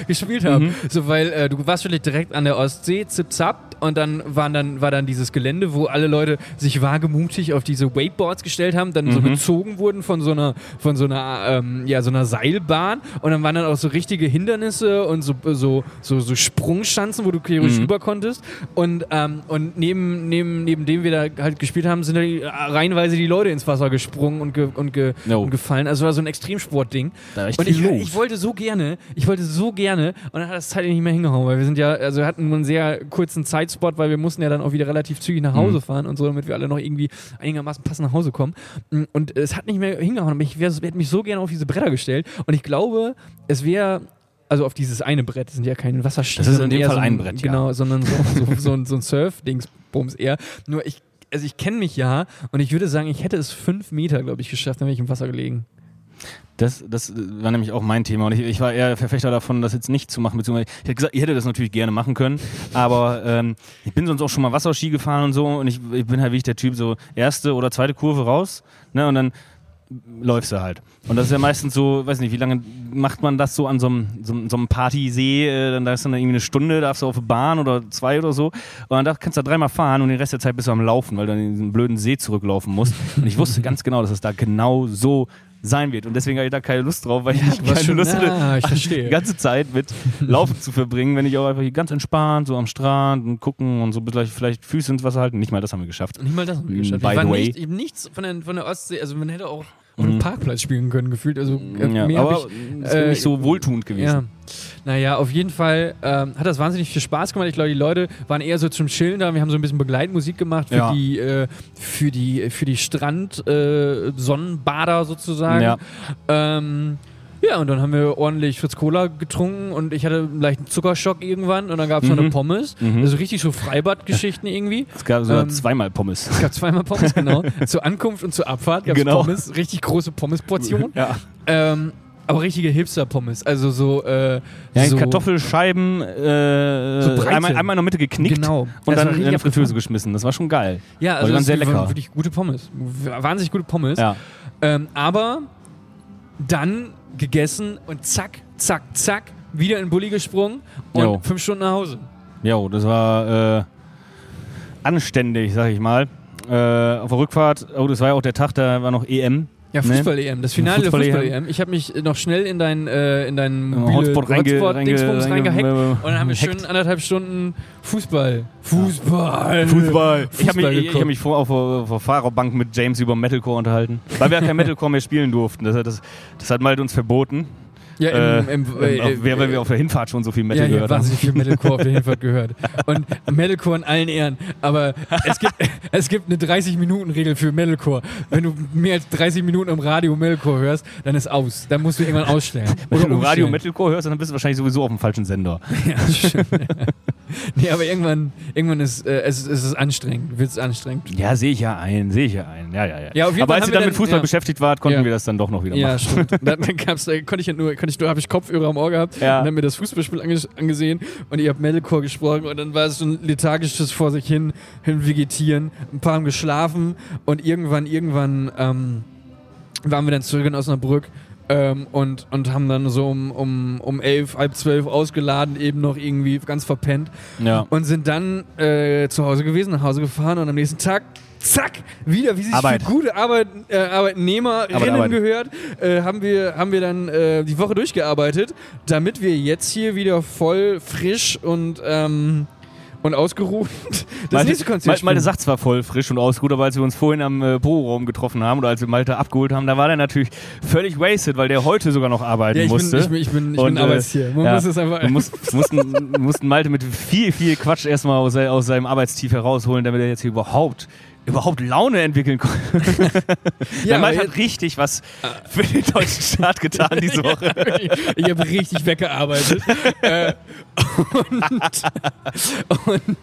[SPEAKER 1] gespielt haben. So, weil äh, du warst wirklich direkt an der Ostsee, zip-zapp, und dann, waren dann war dann dieses Gelände, wo alle Leute sich wagemutig auf diese Wakeboards gestellt haben, dann
[SPEAKER 2] Mhm.
[SPEAKER 1] so gezogen wurden von so einer, von so einer, ähm, ja, so einer Seilbahn und dann waren dann auch so richtige Hindernisse und so, so, so, so Sprungschanzen, wo du theoretisch
[SPEAKER 2] Mhm.
[SPEAKER 1] über konntest. Und, ähm, und neben, neben, neben dem wir da halt gespielt haben, sind da die- reihenweise die Leute ins Wasser gesprungen und, ge, und, ge,
[SPEAKER 2] No.
[SPEAKER 1] und gefallen. Also war so ein Extremsportding.
[SPEAKER 2] Da war echt
[SPEAKER 1] Und
[SPEAKER 2] viel
[SPEAKER 1] ich,
[SPEAKER 2] los.
[SPEAKER 1] ich wollte so gerne, ich wollte so gerne und dann hat das zeitlich nicht mehr hingehauen, weil wir sind ja, also wir hatten nur einen sehr kurzen Zeitspot, weil wir mussten ja dann auch wieder relativ zügig nach
[SPEAKER 2] Mhm.
[SPEAKER 1] Hause fahren und so, damit wir alle noch irgendwie einigermaßen passend nach Hause kommen. Mm, Und es hat nicht mehr hingehauen, aber ich wär, hätte mich so gerne auf diese Bretter gestellt und ich glaube, es wäre. Also auf dieses eine Brett, das sind ja kein Wasserstiefel.
[SPEAKER 2] Das ist in
[SPEAKER 1] sondern
[SPEAKER 2] dem
[SPEAKER 1] eher
[SPEAKER 2] Fall
[SPEAKER 1] so
[SPEAKER 2] ein Brett, ja.
[SPEAKER 1] Genau, sondern so, so, so, ein- so ein Surf-Dingsbums eher. Nur ich, also ich kenne mich ja und ich würde sagen, ich hätte es fünf Meter, glaube ich, geschafft, dann wäre ich im Wasser gelegen.
[SPEAKER 2] Das, das äh, war nämlich auch mein Thema und ich, ich war eher Verfechter davon, das jetzt nicht zu machen, beziehungsweise ich hätte gesagt, ich hätte das natürlich gerne machen können, aber ähm, ich bin sonst auch schon mal Wasserski gefahren und so und ich, ich bin halt wirklich der Typ, so erste oder zweite Kurve raus ne, und dann läufst du halt. Und das ist ja meistens so, weiß nicht, wie lange macht man das so an so einem, so, einem- so einem Partysee, äh, dann da ist dann irgendwie eine Stunde, darfst du auf die Bahn oder zwei oder so. Und dann darf- kannst du da dreimal fahren und den Rest der Zeit bist du am Laufen, weil du in diesen blöden See zurücklaufen musst. Und ich wusste ganz genau, dass es da genau so sein wird. Und deswegen habe ich da keine Lust drauf, weil ich
[SPEAKER 1] du warst
[SPEAKER 2] keine
[SPEAKER 1] schon-
[SPEAKER 2] Lust
[SPEAKER 1] Ah, ich
[SPEAKER 2] hatte,
[SPEAKER 1] verstehe.
[SPEAKER 2] die ganze Zeit mit Laufen zu verbringen, wenn ich auch einfach hier ganz entspannt so am Strand und gucken und so vielleicht, vielleicht Füße ins Wasser halten. Nicht mal das haben wir geschafft.
[SPEAKER 1] Nicht mal das haben wir
[SPEAKER 2] Mm,
[SPEAKER 1] geschafft.
[SPEAKER 2] by
[SPEAKER 1] Wir waren
[SPEAKER 2] the way. Mm.
[SPEAKER 1] Nicht, eben nichts von der, von der Ostsee, also man hätte auch auf einem Parkplatz spielen können, gefühlt. Also äh,
[SPEAKER 2] Ja,
[SPEAKER 1] mehr
[SPEAKER 2] aber
[SPEAKER 1] hab
[SPEAKER 2] es wäre
[SPEAKER 1] äh,
[SPEAKER 2] nicht so wohltuend
[SPEAKER 1] ich,
[SPEAKER 2] gewesen.
[SPEAKER 1] ja. Naja, auf jeden Fall ähm, hat das wahnsinnig viel Spaß gemacht. Ich glaube, die Leute waren eher so zum Chillen da. Wir haben so ein bisschen Begleitmusik gemacht für
[SPEAKER 2] Ja.
[SPEAKER 1] die, äh, für die, für die Strand-Sonnenbader sozusagen.
[SPEAKER 2] Ja.
[SPEAKER 1] Ähm, Ja, und dann haben wir ordentlich Fritz Cola getrunken und ich hatte einen leichten Zuckerschock irgendwann und dann gab es noch
[SPEAKER 2] Mhm.
[SPEAKER 1] eine Pommes. Also richtig so Freibad-Geschichten irgendwie.
[SPEAKER 2] Es gab sogar
[SPEAKER 1] Ähm,
[SPEAKER 2] zweimal Pommes.
[SPEAKER 1] Es gab zweimal Pommes, genau. zur Ankunft und zur Abfahrt gab es
[SPEAKER 2] Genau.
[SPEAKER 1] Pommes, richtig große Pommesportionen.
[SPEAKER 2] Ja.
[SPEAKER 1] ähm, aber richtige Hipster-Pommes. Also so, äh,
[SPEAKER 2] Ja, in
[SPEAKER 1] so
[SPEAKER 2] Kartoffelscheiben äh,
[SPEAKER 1] So breite.
[SPEAKER 2] einmal, einmal in der Mitte geknickt
[SPEAKER 1] Genau.
[SPEAKER 2] und
[SPEAKER 1] Das
[SPEAKER 2] dann
[SPEAKER 1] war
[SPEAKER 2] in
[SPEAKER 1] richtig
[SPEAKER 2] den Fritteuse
[SPEAKER 1] abgefahren.
[SPEAKER 2] geschmissen. Das war schon geil.
[SPEAKER 1] Ja,
[SPEAKER 2] die
[SPEAKER 1] also
[SPEAKER 2] waren
[SPEAKER 1] das
[SPEAKER 2] sehr
[SPEAKER 1] waren
[SPEAKER 2] lecker.
[SPEAKER 1] wirklich gute Pommes. Wahnsinnig gute Pommes.
[SPEAKER 2] Ja.
[SPEAKER 1] Ähm, aber dann gegessen und zack, zack, zack, wieder in den Bulli gesprungen und
[SPEAKER 2] Jo.
[SPEAKER 1] fünf Stunden nach Hause.
[SPEAKER 2] Jo, das war äh, anständig, sag ich mal. Äh, auf der Rückfahrt, oh, das war ja auch der Tag, da war noch EM.
[SPEAKER 1] Ja,
[SPEAKER 2] Ne?
[SPEAKER 1] Fußball-EM, das Finale der
[SPEAKER 2] Fußball-EM.
[SPEAKER 1] Fußball-EM. Ich habe mich noch schnell in dein, äh, in deinen
[SPEAKER 2] Im
[SPEAKER 1] mobile
[SPEAKER 2] reinge-
[SPEAKER 1] Hotspot-Dingsbums
[SPEAKER 2] reinge-
[SPEAKER 1] reingehackt.
[SPEAKER 2] äh,
[SPEAKER 1] Und dann haben wir
[SPEAKER 2] hackt.
[SPEAKER 1] schön anderthalb Stunden Fußball. Fußball.
[SPEAKER 2] Ich habe
[SPEAKER 1] Fußball
[SPEAKER 2] mich, ich
[SPEAKER 1] geguckt.
[SPEAKER 2] hab mich vor, auf, der- auf der Fahrerbank mit James über Metalcore unterhalten, weil wir ja kein Metalcore mehr spielen durften. Das, hat- das, das hat Malte uns verboten,
[SPEAKER 1] Ja, im,
[SPEAKER 2] äh,
[SPEAKER 1] im, äh,
[SPEAKER 2] ähm, auf- weil
[SPEAKER 1] äh,
[SPEAKER 2] wir auf der Hinfahrt schon so viel
[SPEAKER 1] ja,
[SPEAKER 2] Metal
[SPEAKER 1] ja,
[SPEAKER 2] gehört haben.
[SPEAKER 1] wahnsinnig viel Metalcore auf der Hinfahrt gehört. Und Metalcore in allen Ehren. Aber es gibt, es gibt eine 30-Minuten-Regel für Metalcore. Wenn du mehr als 30 Minuten im Radio Metalcore hörst, dann ist aus. Dann musst du irgendwann ausstellen.
[SPEAKER 2] Wenn du
[SPEAKER 1] Oder
[SPEAKER 2] Radio
[SPEAKER 1] umstellen.
[SPEAKER 2] Metalcore hörst, dann bist du wahrscheinlich sowieso auf dem falschen Sender.
[SPEAKER 1] Ja, stimmt. nee, aber irgendwann, irgendwann ist äh, es, es ist anstrengend. Wird es anstrengend.
[SPEAKER 2] Ja, sehe ich ja ein, sehe ich ja ein. Ja, ja, ja.
[SPEAKER 1] Ja, auf jeden
[SPEAKER 2] Aber
[SPEAKER 1] Fall
[SPEAKER 2] als
[SPEAKER 1] haben
[SPEAKER 2] ihr dann
[SPEAKER 1] wir
[SPEAKER 2] mit
[SPEAKER 1] dann-
[SPEAKER 2] Fußball
[SPEAKER 1] ja.
[SPEAKER 2] beschäftigt wart, konnten
[SPEAKER 1] Ja.
[SPEAKER 2] wir das dann doch noch wieder
[SPEAKER 1] Ja,
[SPEAKER 2] machen.
[SPEAKER 1] stimmt. Und Dann, dann gab's, da konnte ich ja nur, konnte ich nur, habe ich Kopfhörer am Ohr gehabt
[SPEAKER 2] Ja.
[SPEAKER 1] und habe mir das Fußballspiel ange angesehen und ich habe Metalcore gesprochen und dann war es so ein lethargisches vor sich hin, hin vegetieren. Ein paar haben geschlafen und irgendwann, irgendwann ähm, waren wir dann zurück in Osnabrück. Ähm, und, und haben dann so um, um, um elf, halb zwölf ausgeladen, eben noch irgendwie ganz verpennt
[SPEAKER 2] Ja.
[SPEAKER 1] und sind dann äh, zu Hause gewesen, nach Hause gefahren und am nächsten Tag, zack, wieder, wie sich
[SPEAKER 2] Arbeit.
[SPEAKER 1] für gute Arbeit, äh, Arbeitnehmerinnen
[SPEAKER 2] Arbeit, Arbeit.
[SPEAKER 1] gehört, äh, haben, wir, haben wir dann äh, die Woche durchgearbeitet, damit wir jetzt hier wieder voll frisch und, ähm, und ausgeruht das nächste Konzert
[SPEAKER 2] Malte, Malte
[SPEAKER 1] spielen.
[SPEAKER 2] sagt zwar voll frisch und ausgeruht, aber als wir uns vorhin am äh, Büroraum getroffen haben oder als wir Malte abgeholt haben, da war der natürlich völlig wasted, weil der heute sogar noch arbeiten
[SPEAKER 1] ja, ich
[SPEAKER 2] musste.
[SPEAKER 1] bin, ich bin, ich bin, ich
[SPEAKER 2] Und,
[SPEAKER 1] bin
[SPEAKER 2] äh,
[SPEAKER 1] arbeitstier. Man
[SPEAKER 2] ja,
[SPEAKER 1] muss es einfach...
[SPEAKER 2] Wir mussten, mussten, mussten Malte mit viel, viel Quatsch erstmal aus, se- aus seinem Arbeitstief herausholen, damit er jetzt hier überhaupt überhaupt Laune entwickeln konnte.
[SPEAKER 1] ja,
[SPEAKER 2] Der
[SPEAKER 1] aber
[SPEAKER 2] Malte
[SPEAKER 1] jetzt-
[SPEAKER 2] hat richtig was für den deutschen Staat getan diese Woche.
[SPEAKER 1] ich habe richtig weggearbeitet. äh, und und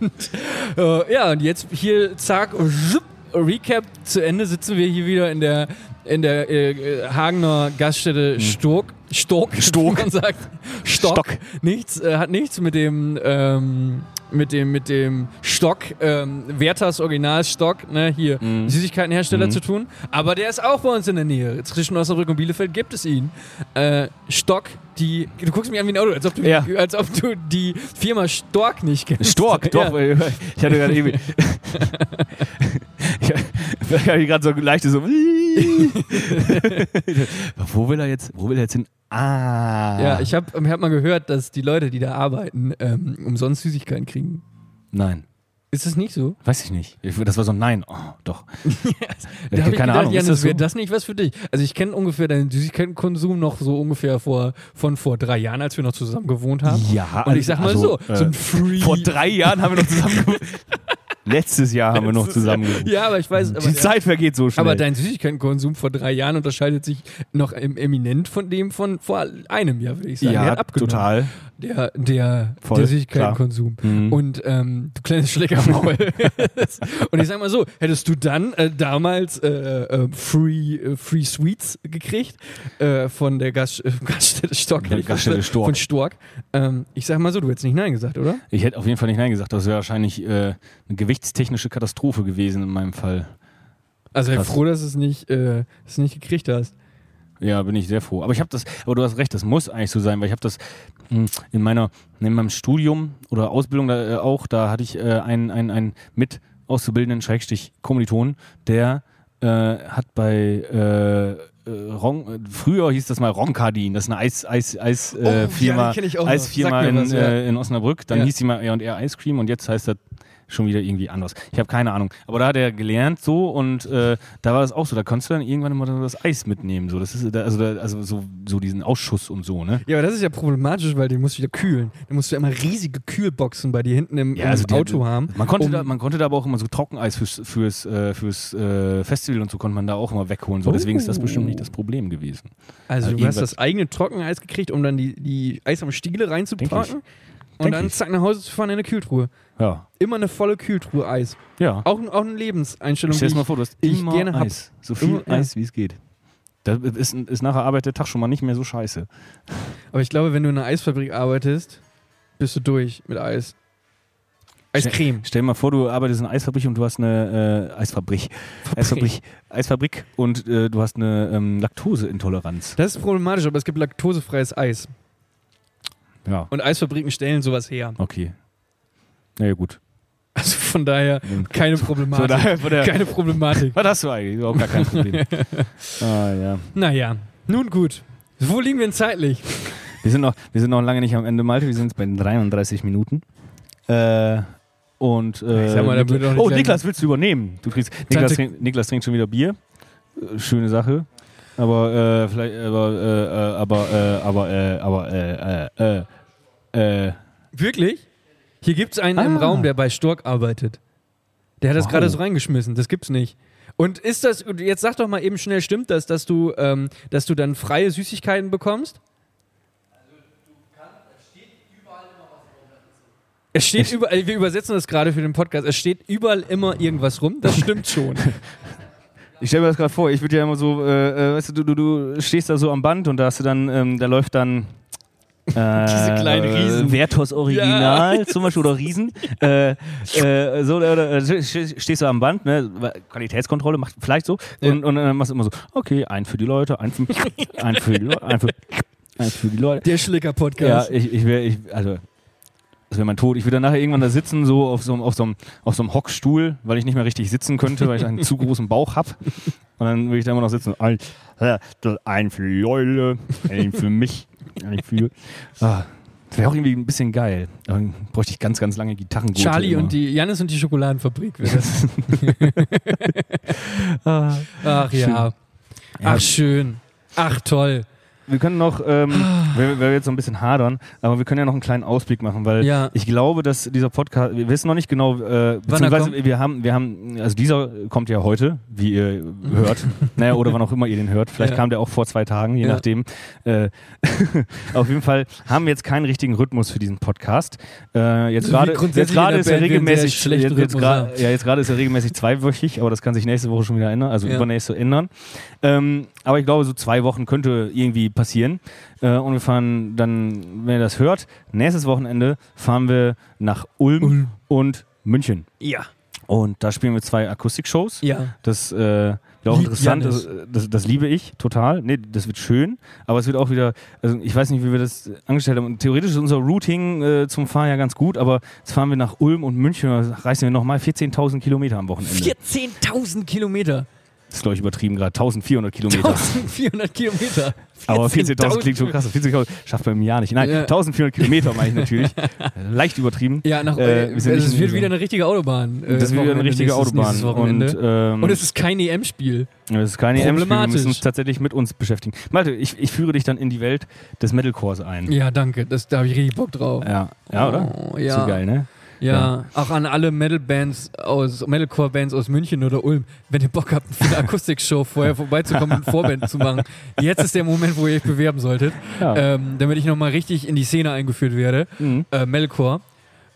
[SPEAKER 1] äh, ja, und jetzt hier, zack, zup, Recap zu Ende, sitzen wir hier wieder in der, in der äh, äh, Hagener
[SPEAKER 2] Hm.
[SPEAKER 1] Gaststätte Sturk. Sturk, Sturk. man sagt. Stock.
[SPEAKER 2] Stock.
[SPEAKER 1] Nichts, äh, hat nichts mit dem, ähm, mit dem, mit dem Stock, ähm, Werthers Originalstock, ne, hier,
[SPEAKER 2] Mhm.
[SPEAKER 1] Süßigkeitenhersteller zu tun. Aber der ist auch bei uns in der Nähe. Zwischen Osnabrück und Bielefeld gibt es ihn. Äh, Stock, die, du guckst mich an wie ein Auto, als ob du,
[SPEAKER 2] Ja.
[SPEAKER 1] als ob du die Firma Stork nicht kennst.
[SPEAKER 2] Stork,
[SPEAKER 1] Ja.
[SPEAKER 2] doch. äh, Ich hatte gerade eben. Ich hatte gerade so leichte so. Wo will er jetzt? Wo will er jetzt hin? Ah.
[SPEAKER 1] Ja, ich habe hab mal gehört, dass die Leute, die da arbeiten, ähm, umsonst Süßigkeiten kriegen.
[SPEAKER 2] Nein,
[SPEAKER 1] Ist das nicht so?
[SPEAKER 2] weiß ich nicht. Ich, das war so ein Nein. Oh, doch.
[SPEAKER 1] Da hab
[SPEAKER 2] ich habe
[SPEAKER 1] ich
[SPEAKER 2] keine
[SPEAKER 1] gedacht,
[SPEAKER 2] Ahnung.
[SPEAKER 1] Janis,
[SPEAKER 2] ist das so?
[SPEAKER 1] wäre das nicht was für dich? Also ich kenne ungefähr deinen Süßigkeitenkonsum noch so ungefähr vor, von vor drei Jahren, als wir noch zusammen gewohnt haben.
[SPEAKER 2] Ja,
[SPEAKER 1] Und ich sag mal
[SPEAKER 2] also,
[SPEAKER 1] so,
[SPEAKER 2] äh,
[SPEAKER 1] so ein Free.
[SPEAKER 2] vor drei Jahren haben wir noch zusammen. Letztes Jahr haben wir noch zusammen.
[SPEAKER 1] ja, aber ich weiß, aber,
[SPEAKER 2] Die Zeit vergeht so schnell.
[SPEAKER 1] aber dein Süßigkeitenkonsum vor drei Jahren unterscheidet sich noch im eminent von dem von vor einem Jahr, würde ich sagen. Der
[SPEAKER 2] ja,
[SPEAKER 1] hat abgenommen.
[SPEAKER 2] total.
[SPEAKER 1] Der, der,
[SPEAKER 2] Voll,
[SPEAKER 1] der Süßigkeitenkonsum.
[SPEAKER 2] Mhm.
[SPEAKER 1] Und ähm, du kleines Schleckermaul. und ich sag mal so, hättest du dann äh, damals äh, äh, Free, äh, Free Sweets gekriegt äh, von der Gast, äh, Gaststätte Stork. hätte ich
[SPEAKER 2] Gaststätte
[SPEAKER 1] gesagt,
[SPEAKER 2] Stork.
[SPEAKER 1] Von Stork. Ähm, ich sag mal so, du hättest nicht Nein gesagt, oder?
[SPEAKER 2] Ich hätte auf jeden Fall nicht Nein gesagt. Das wäre wahrscheinlich äh, eine gewichtstechnische Katastrophe gewesen in meinem Fall.
[SPEAKER 1] Also ich bin
[SPEAKER 2] Krass.
[SPEAKER 1] froh, dass du es nicht, äh, dass du es nicht gekriegt hast.
[SPEAKER 2] Ja, bin ich sehr froh. Aber ich habe das, aber du hast recht, das muss eigentlich so sein, weil ich habe das mh, in meiner, in meinem Studium oder Ausbildung da, äh, auch, da hatte ich äh, einen, einen, einen mit auszubildenden Schrägstich Kommilitonen, der äh, hat bei äh, äh, Ron, äh, früher hieß das mal Roncardin, das ist eine Eis, Eis, Eis, äh,
[SPEAKER 1] Oh, die
[SPEAKER 2] Firma,
[SPEAKER 1] kenn ich auch noch.
[SPEAKER 2] Eisfirma
[SPEAKER 1] Oh, Sag
[SPEAKER 2] in,
[SPEAKER 1] mir was, ja.
[SPEAKER 2] äh, in Osnabrück, dann
[SPEAKER 1] Ja.
[SPEAKER 2] hieß die mal R&R Ice Cream und jetzt heißt das schon wieder irgendwie anders. Ich habe keine Ahnung. Aber da hat er gelernt so und äh, da war das auch so. Da konntest du dann irgendwann immer das Eis mitnehmen. So. Das ist, da- also, da, also so, so diesen Ausschuss und so, ne?
[SPEAKER 1] Ja, aber das ist ja problematisch, weil den musst du wieder kühlen. Dann musst du ja immer riesige Kühlboxen bei dir hinten im, im
[SPEAKER 2] also die-
[SPEAKER 1] Auto haben.
[SPEAKER 2] Man konnte,
[SPEAKER 1] um-
[SPEAKER 2] da, man konnte da aber auch immer so Trockeneis fürs, fürs, äh, fürs äh, Festival und so konnte man da auch immer wegholen. So. Deswegen ist das
[SPEAKER 1] Oh.
[SPEAKER 2] bestimmt nicht das Problem gewesen.
[SPEAKER 1] Also,
[SPEAKER 2] Also
[SPEAKER 1] du hast
[SPEAKER 2] irgendwas-
[SPEAKER 1] das eigene Trockeneis gekriegt, um dann die, die eisarmen Stiele
[SPEAKER 2] Denk ich.
[SPEAKER 1] reinzupacken und
[SPEAKER 2] Denk
[SPEAKER 1] dann
[SPEAKER 2] ich.
[SPEAKER 1] zack nach Hause zu fahren in eine Kühltruhe.
[SPEAKER 2] Ja.
[SPEAKER 1] Immer eine volle Kühltruhe Eis.
[SPEAKER 2] Ja.
[SPEAKER 1] Auch, auch eine Lebenseinstellung.
[SPEAKER 2] Stell dir
[SPEAKER 1] die
[SPEAKER 2] mal vor, du hast
[SPEAKER 1] die ich
[SPEAKER 2] immer
[SPEAKER 1] gerne hab.
[SPEAKER 2] Eis. So viel
[SPEAKER 1] Immer- ja.
[SPEAKER 2] Eis, wie es geht. Da ist, ist nachher Arbeit der Tag schon mal nicht mehr so scheiße.
[SPEAKER 1] ich, aber ich glaube, wenn du in einer Eisfabrik arbeitest, bist du durch mit Eis. Eiscreme.
[SPEAKER 2] Stell dir mal vor, du arbeitest in einer Eisfabrik und du hast eine äh, Eisfabrik. Eisfabrik, Eisfabrik und äh, du hast eine ähm, Laktoseintoleranz.
[SPEAKER 1] Das ist problematisch, aber es gibt laktosefreies Eis.
[SPEAKER 2] Ja,
[SPEAKER 1] Und Eisfabriken stellen sowas her.
[SPEAKER 2] okay. Naja, gut.
[SPEAKER 1] Also von daher
[SPEAKER 2] Mhm.
[SPEAKER 1] keine Problematik.
[SPEAKER 2] von der-
[SPEAKER 1] keine Problematik.
[SPEAKER 2] was hast du eigentlich? Auch gar kein Problem. ah, ja.
[SPEAKER 1] Naja, nun gut. Wo liegen wir denn zeitlich?
[SPEAKER 2] Wir sind, noch, wir sind noch lange nicht am Ende, Malte. Wir sind jetzt bei 33 Minuten. Äh, und, äh,
[SPEAKER 1] Ich sag mal, da
[SPEAKER 2] Nikla-
[SPEAKER 1] wird doch nicht
[SPEAKER 2] oh,
[SPEAKER 1] lang-
[SPEAKER 2] Niklas, willst du übernehmen? Du kriegst, Niklas, trink, Niklas trinkt schon wieder Bier. Äh, Schöne Sache. Aber, äh, vielleicht, aber, äh, äh, aber, äh, aber, äh, aber, äh, äh, äh, äh.
[SPEAKER 1] Wirklich? Hier gibt es einen im
[SPEAKER 2] Ah.
[SPEAKER 1] Raum, der bei Stork arbeitet. Der hat das
[SPEAKER 2] Wow.
[SPEAKER 1] gerade so reingeschmissen. Das gibt's nicht. Und ist das, und jetzt sag doch mal eben schnell, stimmt das, dass du, ähm, dass du dann freie Süßigkeiten bekommst? Es steht überall, wir übersetzen das gerade für den Podcast, es steht überall immer irgendwas rum, das stimmt schon.
[SPEAKER 2] Ich stelle mir das gerade vor, ich würde ja immer so, äh, äh, weißt du, du, du, du stehst da so am Band und da hast du dann, ähm, da läuft dann äh, Diese
[SPEAKER 1] kleinen Riesen.
[SPEAKER 2] Werthos Original zum Beispiel oder Riesen. äh, äh, so, oder, oder, sch- stehst du am Band, ne? Qualitätskontrolle macht vielleicht so. Und, und dann machst du immer so, okay, ein für die Leute, ein für, ein für die Leute, ein für, ein für die Leute.
[SPEAKER 1] Der Schlicker-Podcast.
[SPEAKER 2] Ja, ich, ich wäre, ich, also, das wäre mein Tod. Ich würde dann nachher irgendwann da sitzen, so auf so, einem- auf, so einem, auf so einem Hockstuhl, weil ich nicht mehr richtig sitzen könnte, weil ich einen zu großen Bauch habe. Und dann würde ich da immer noch sitzen. Ein, ein für Leute, ein für mich, ein für. Ah, das wäre auch irgendwie ein bisschen geil. Aber Dann bräuchte ich ganz, ganz lange Gitarrengurte.
[SPEAKER 1] Charlie
[SPEAKER 2] immer.
[SPEAKER 1] und die Jannis und die Schokoladenfabrik wäre das.
[SPEAKER 2] Ah,
[SPEAKER 1] Ach ja. Ach schön. Ach toll.
[SPEAKER 2] wir können noch, ähm, weil, weil wir jetzt so ein bisschen hadern, aber wir können ja noch einen kleinen Ausblick machen, weil
[SPEAKER 1] Ja.
[SPEAKER 2] Äh, ich glaube, dass dieser Podcast, wir wissen noch nicht genau, äh, beziehungsweise
[SPEAKER 1] kommt?
[SPEAKER 2] wir haben, wir haben, also dieser kommt ja heute, wie ihr hört, naja, oder wann auch immer ihr den hört. Vielleicht
[SPEAKER 1] Ja.
[SPEAKER 2] kam der auch vor zwei Tagen, je
[SPEAKER 1] Ja.
[SPEAKER 2] nachdem. Äh, auf jeden Fall haben wir jetzt keinen richtigen Rhythmus für diesen Podcast. Äh, jetzt
[SPEAKER 1] Wie
[SPEAKER 2] gerade,
[SPEAKER 1] grundsätzlich
[SPEAKER 2] jetzt gerade
[SPEAKER 1] in der
[SPEAKER 2] ist er
[SPEAKER 1] Band, wenn wir
[SPEAKER 2] regelmäßig,
[SPEAKER 1] schlechten
[SPEAKER 2] jetzt, jetzt
[SPEAKER 1] Rhythmus
[SPEAKER 2] gerade, ja, jetzt gerade ist er regelmäßig zweiwöchig, aber das kann sich nächste Woche schon wieder ändern, also
[SPEAKER 1] Ja.
[SPEAKER 2] übernächste ändern. Ähm, aber ich glaube, so zwei Wochen könnte irgendwie passieren. Äh, und wir fahren dann, wenn ihr das hört, nächstes Wochenende fahren wir nach Ulm,
[SPEAKER 1] Ulm.
[SPEAKER 2] und München.
[SPEAKER 1] Ja.
[SPEAKER 2] Und da spielen wir zwei Akustikshows.
[SPEAKER 1] Ja.
[SPEAKER 2] Das äh, wird auch
[SPEAKER 1] Lieb
[SPEAKER 2] interessant.
[SPEAKER 1] Janis.
[SPEAKER 2] Das, das, das liebe ich total. Nee, das wird schön. Aber es wird auch wieder, also ich weiß nicht, wie wir das angestellt haben. Und theoretisch ist unser Routing äh, zum Fahren ja ganz gut, aber jetzt fahren wir nach Ulm und München, da reißen wir nochmal 14.000 Kilometer am Wochenende.
[SPEAKER 1] 14.000 Kilometer.
[SPEAKER 2] Das ist, glaube ich, übertrieben gerade. 1.400 Kilometer.
[SPEAKER 1] 1400 Kilometer.
[SPEAKER 2] Aber 14.000 klingt schon krass. 14.000 schafft man im Jahr nicht. Nein,
[SPEAKER 1] Ja.
[SPEAKER 2] 1.400 Kilometer meine ich natürlich. Leicht übertrieben.
[SPEAKER 1] Ja, nach,
[SPEAKER 2] Äh,
[SPEAKER 1] äh,
[SPEAKER 2] wir
[SPEAKER 1] also
[SPEAKER 2] sind nicht
[SPEAKER 1] es
[SPEAKER 2] in
[SPEAKER 1] wird
[SPEAKER 2] so-
[SPEAKER 1] wieder eine richtige Autobahn. äh,
[SPEAKER 2] Das ist wieder eine
[SPEAKER 1] Wochenende,
[SPEAKER 2] richtige
[SPEAKER 1] nächstes- nächstes
[SPEAKER 2] Autobahn. Und,
[SPEAKER 1] Wochenende. Und,
[SPEAKER 2] ähm,
[SPEAKER 1] es ist kein E EM-Spiel.
[SPEAKER 2] Das ist keine EM-Spiel, wir
[SPEAKER 1] Problematisch.
[SPEAKER 2] müssen uns tatsächlich mit uns beschäftigen. Malte, ich, ich führe dich dann in die Welt des Metalcores ein.
[SPEAKER 1] Ja, danke. Das, da habe ich richtig Bock drauf.
[SPEAKER 2] Ja, ja oder?
[SPEAKER 1] Oh, ja.
[SPEAKER 2] Zu geil, ne?
[SPEAKER 1] Ja. Auch an alle Metal-Bands aus, Metalcore-Bands aus München oder Ulm, wenn ihr Bock habt, für eine Akustikshow vorher vorbeizukommen und Vorband zu machen. Jetzt ist der Moment, wo ihr euch bewerben solltet,
[SPEAKER 2] Ja.
[SPEAKER 1] ähm, damit ich nochmal richtig in die Szene eingeführt werde.
[SPEAKER 2] Mhm.
[SPEAKER 1] äh, Melkor.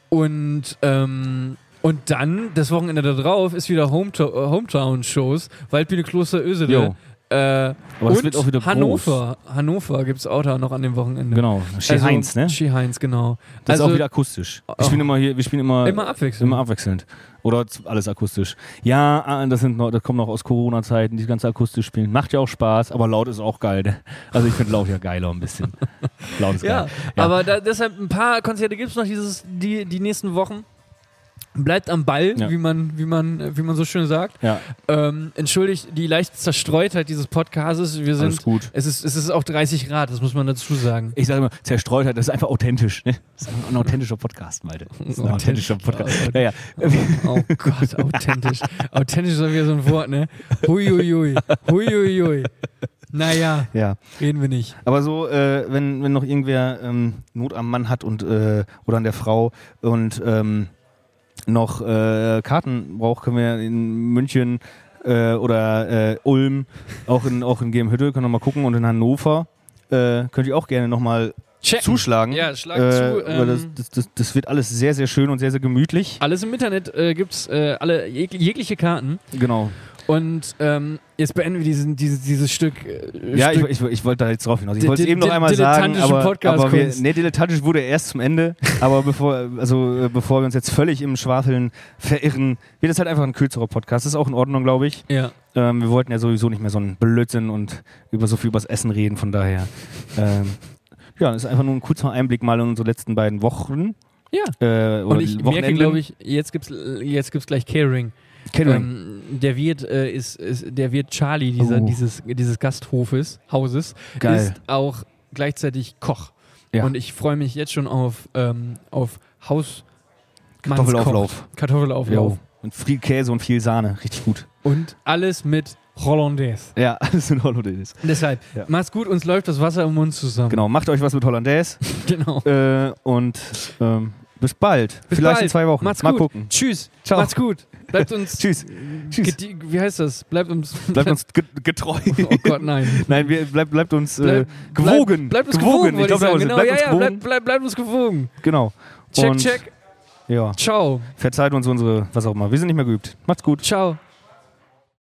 [SPEAKER 1] Und, ähm, und dann, das Wochenende da drauf, ist wieder Hometo äh, Hometown-Shows. Waldbühne Kloster Ösele.
[SPEAKER 2] Jo.
[SPEAKER 1] Äh,
[SPEAKER 2] Aber es
[SPEAKER 1] und
[SPEAKER 2] wird auch wieder groß.
[SPEAKER 1] Hannover. Hannover gibt es auch da noch an dem Wochenende.
[SPEAKER 2] Genau, She
[SPEAKER 1] Also,
[SPEAKER 2] Heinz, ne?
[SPEAKER 1] She Heinz, genau.
[SPEAKER 2] Das
[SPEAKER 1] also,
[SPEAKER 2] ist auch wieder akustisch. Wir spielen immer hier, wir spielen immer,
[SPEAKER 1] immer abwechselnd.
[SPEAKER 2] immer abwechselnd. Oder z- alles akustisch. Ja, ah, das, sind noch, das kommt noch aus Corona-Zeiten, die ganze akustisch spielen. Macht ja auch Spaß, aber laut ist auch geil. ne? Also ich finde laut ja geiler ein bisschen. laut ist
[SPEAKER 1] ja,
[SPEAKER 2] geil.
[SPEAKER 1] aber da, deshalb ein paar Konzerte gibt es noch dieses, die, die nächsten Wochen. Bleibt am Ball,
[SPEAKER 2] Ja.
[SPEAKER 1] wie, man, wie, man, wie man so schön sagt.
[SPEAKER 2] Ja,
[SPEAKER 1] Ähm, entschuldigt die leichte Zerstreutheit dieses Podcasts. Wir
[SPEAKER 2] alles
[SPEAKER 1] sind,
[SPEAKER 2] gut.
[SPEAKER 1] es ist, es ist auch 30 Grad, das muss man dazu sagen.
[SPEAKER 2] Ich sage immer, zerstreut hat, das ist einfach authentisch. Ne? Das ist einfach ein authentischer Podcast, Malte. Das ist ein authentischer Podcast. Naja,
[SPEAKER 1] Oh Gott, authentisch. authentisch ist doch wieder so ein Wort, ne? Huiuiui, huiuiui. Naja,
[SPEAKER 2] ja.
[SPEAKER 1] reden wir nicht.
[SPEAKER 2] Aber so, äh, wenn, wenn noch irgendwer ähm, Not am Mann hat und äh, oder an der Frau und ähm, noch äh, Karten braucht, können wir in München äh, oder äh, Ulm, auch in, auch in Gemhütte, können wir mal gucken und in Hannover. Äh, könnt ihr auch gerne nochmal
[SPEAKER 1] Check.
[SPEAKER 2] zuschlagen.
[SPEAKER 1] Ja, schlag
[SPEAKER 2] äh,
[SPEAKER 1] zu,
[SPEAKER 2] weil das,
[SPEAKER 1] ähm,
[SPEAKER 2] das, das, das wird alles sehr, sehr schön und sehr, sehr gemütlich.
[SPEAKER 1] Alles im Internet äh, gibt es äh, alle jeg jegliche Karten.
[SPEAKER 2] Genau.
[SPEAKER 1] Und ähm, jetzt beenden wir diesen, dieses, dieses Stück. Äh,
[SPEAKER 2] Ja, ich,
[SPEAKER 1] Stück.
[SPEAKER 2] ich, ich wollte da jetzt drauf hinaus. Ich
[SPEAKER 1] Di-
[SPEAKER 2] wollte es
[SPEAKER 1] di-
[SPEAKER 2] eben noch
[SPEAKER 1] di-
[SPEAKER 2] einmal sagen,
[SPEAKER 1] dilettantischen
[SPEAKER 2] aber, aber wir,
[SPEAKER 1] Podcast-Kunst.
[SPEAKER 2] nee, dilettantisch wurde er erst zum Ende. Aber bevor, also, äh, bevor wir uns jetzt völlig im Schwafeln verirren, wird es halt einfach ein kürzerer Podcast. Ist auch in Ordnung, glaube ich.
[SPEAKER 1] ja.
[SPEAKER 2] Ähm, wir wollten ja sowieso nicht mehr so einen Blödsinn und über so viel übers Essen reden, von daher. Ähm, ja, das ist einfach nur ein kurzer Einblick mal in unsere letzten beiden Wochen.
[SPEAKER 1] Ja.
[SPEAKER 2] Äh, oder
[SPEAKER 1] Und ich merke,
[SPEAKER 2] Wochenenden.
[SPEAKER 1] glaube ich, jetzt gibt's jetzt gibt's gleich Catering.
[SPEAKER 2] Catering.
[SPEAKER 1] Ähm, der Wirt äh, ist, ist der Wirt Charlie dieser,
[SPEAKER 2] Oh.
[SPEAKER 1] dieses, dieses Gasthofes, Hauses,
[SPEAKER 2] Geil.
[SPEAKER 1] ist auch gleichzeitig Koch.
[SPEAKER 2] Ja.
[SPEAKER 1] Und ich freue mich jetzt schon auf, ähm, auf Haus
[SPEAKER 2] Kartoffelauflauf.
[SPEAKER 1] Kartoffelauflauf.
[SPEAKER 2] Jo. Und viel Käse und viel Sahne. Richtig gut.
[SPEAKER 1] Und alles mit Hollandaise.
[SPEAKER 2] Ja, alles in Ordnung.
[SPEAKER 1] Deshalb,
[SPEAKER 2] Ja.
[SPEAKER 1] macht's gut, uns läuft das Wasser im Mund zusammen.
[SPEAKER 2] Genau, macht euch was mit Hollandaise.
[SPEAKER 1] genau.
[SPEAKER 2] Äh, und ähm, bis bald.
[SPEAKER 1] Bis
[SPEAKER 2] Vielleicht in
[SPEAKER 1] bald.
[SPEAKER 2] zwei Wochen.
[SPEAKER 1] Macht's
[SPEAKER 2] Mal
[SPEAKER 1] gut.
[SPEAKER 2] gucken.
[SPEAKER 1] Tschüss.
[SPEAKER 2] Ciao.
[SPEAKER 1] Macht's gut. Bleibt uns.
[SPEAKER 2] Tschüss. Tschüss.
[SPEAKER 1] gedi- Wie heißt das? Bleibt uns.
[SPEAKER 2] Bleibt uns ge- getreu.
[SPEAKER 1] oh Gott, nein.
[SPEAKER 2] Nein, wir, bleibt, bleibt uns äh,
[SPEAKER 1] Bleib- Bleibt,
[SPEAKER 2] gewogen.
[SPEAKER 1] bleibt uns gewogen.
[SPEAKER 2] gewogen.
[SPEAKER 1] wollte
[SPEAKER 2] Ich
[SPEAKER 1] sagen.
[SPEAKER 2] glaube, da
[SPEAKER 1] genau.
[SPEAKER 2] bleibt
[SPEAKER 1] ja,
[SPEAKER 2] uns
[SPEAKER 1] ja,
[SPEAKER 2] gewogen.
[SPEAKER 1] bleibt, bleibt, bleibt uns gewogen.
[SPEAKER 2] Genau.
[SPEAKER 1] Check,
[SPEAKER 2] Und,
[SPEAKER 1] check.
[SPEAKER 2] Ja.
[SPEAKER 1] Ciao.
[SPEAKER 2] Verzeiht uns unsere, was auch immer. Wir sind nicht mehr geübt. Macht's gut.
[SPEAKER 1] Ciao.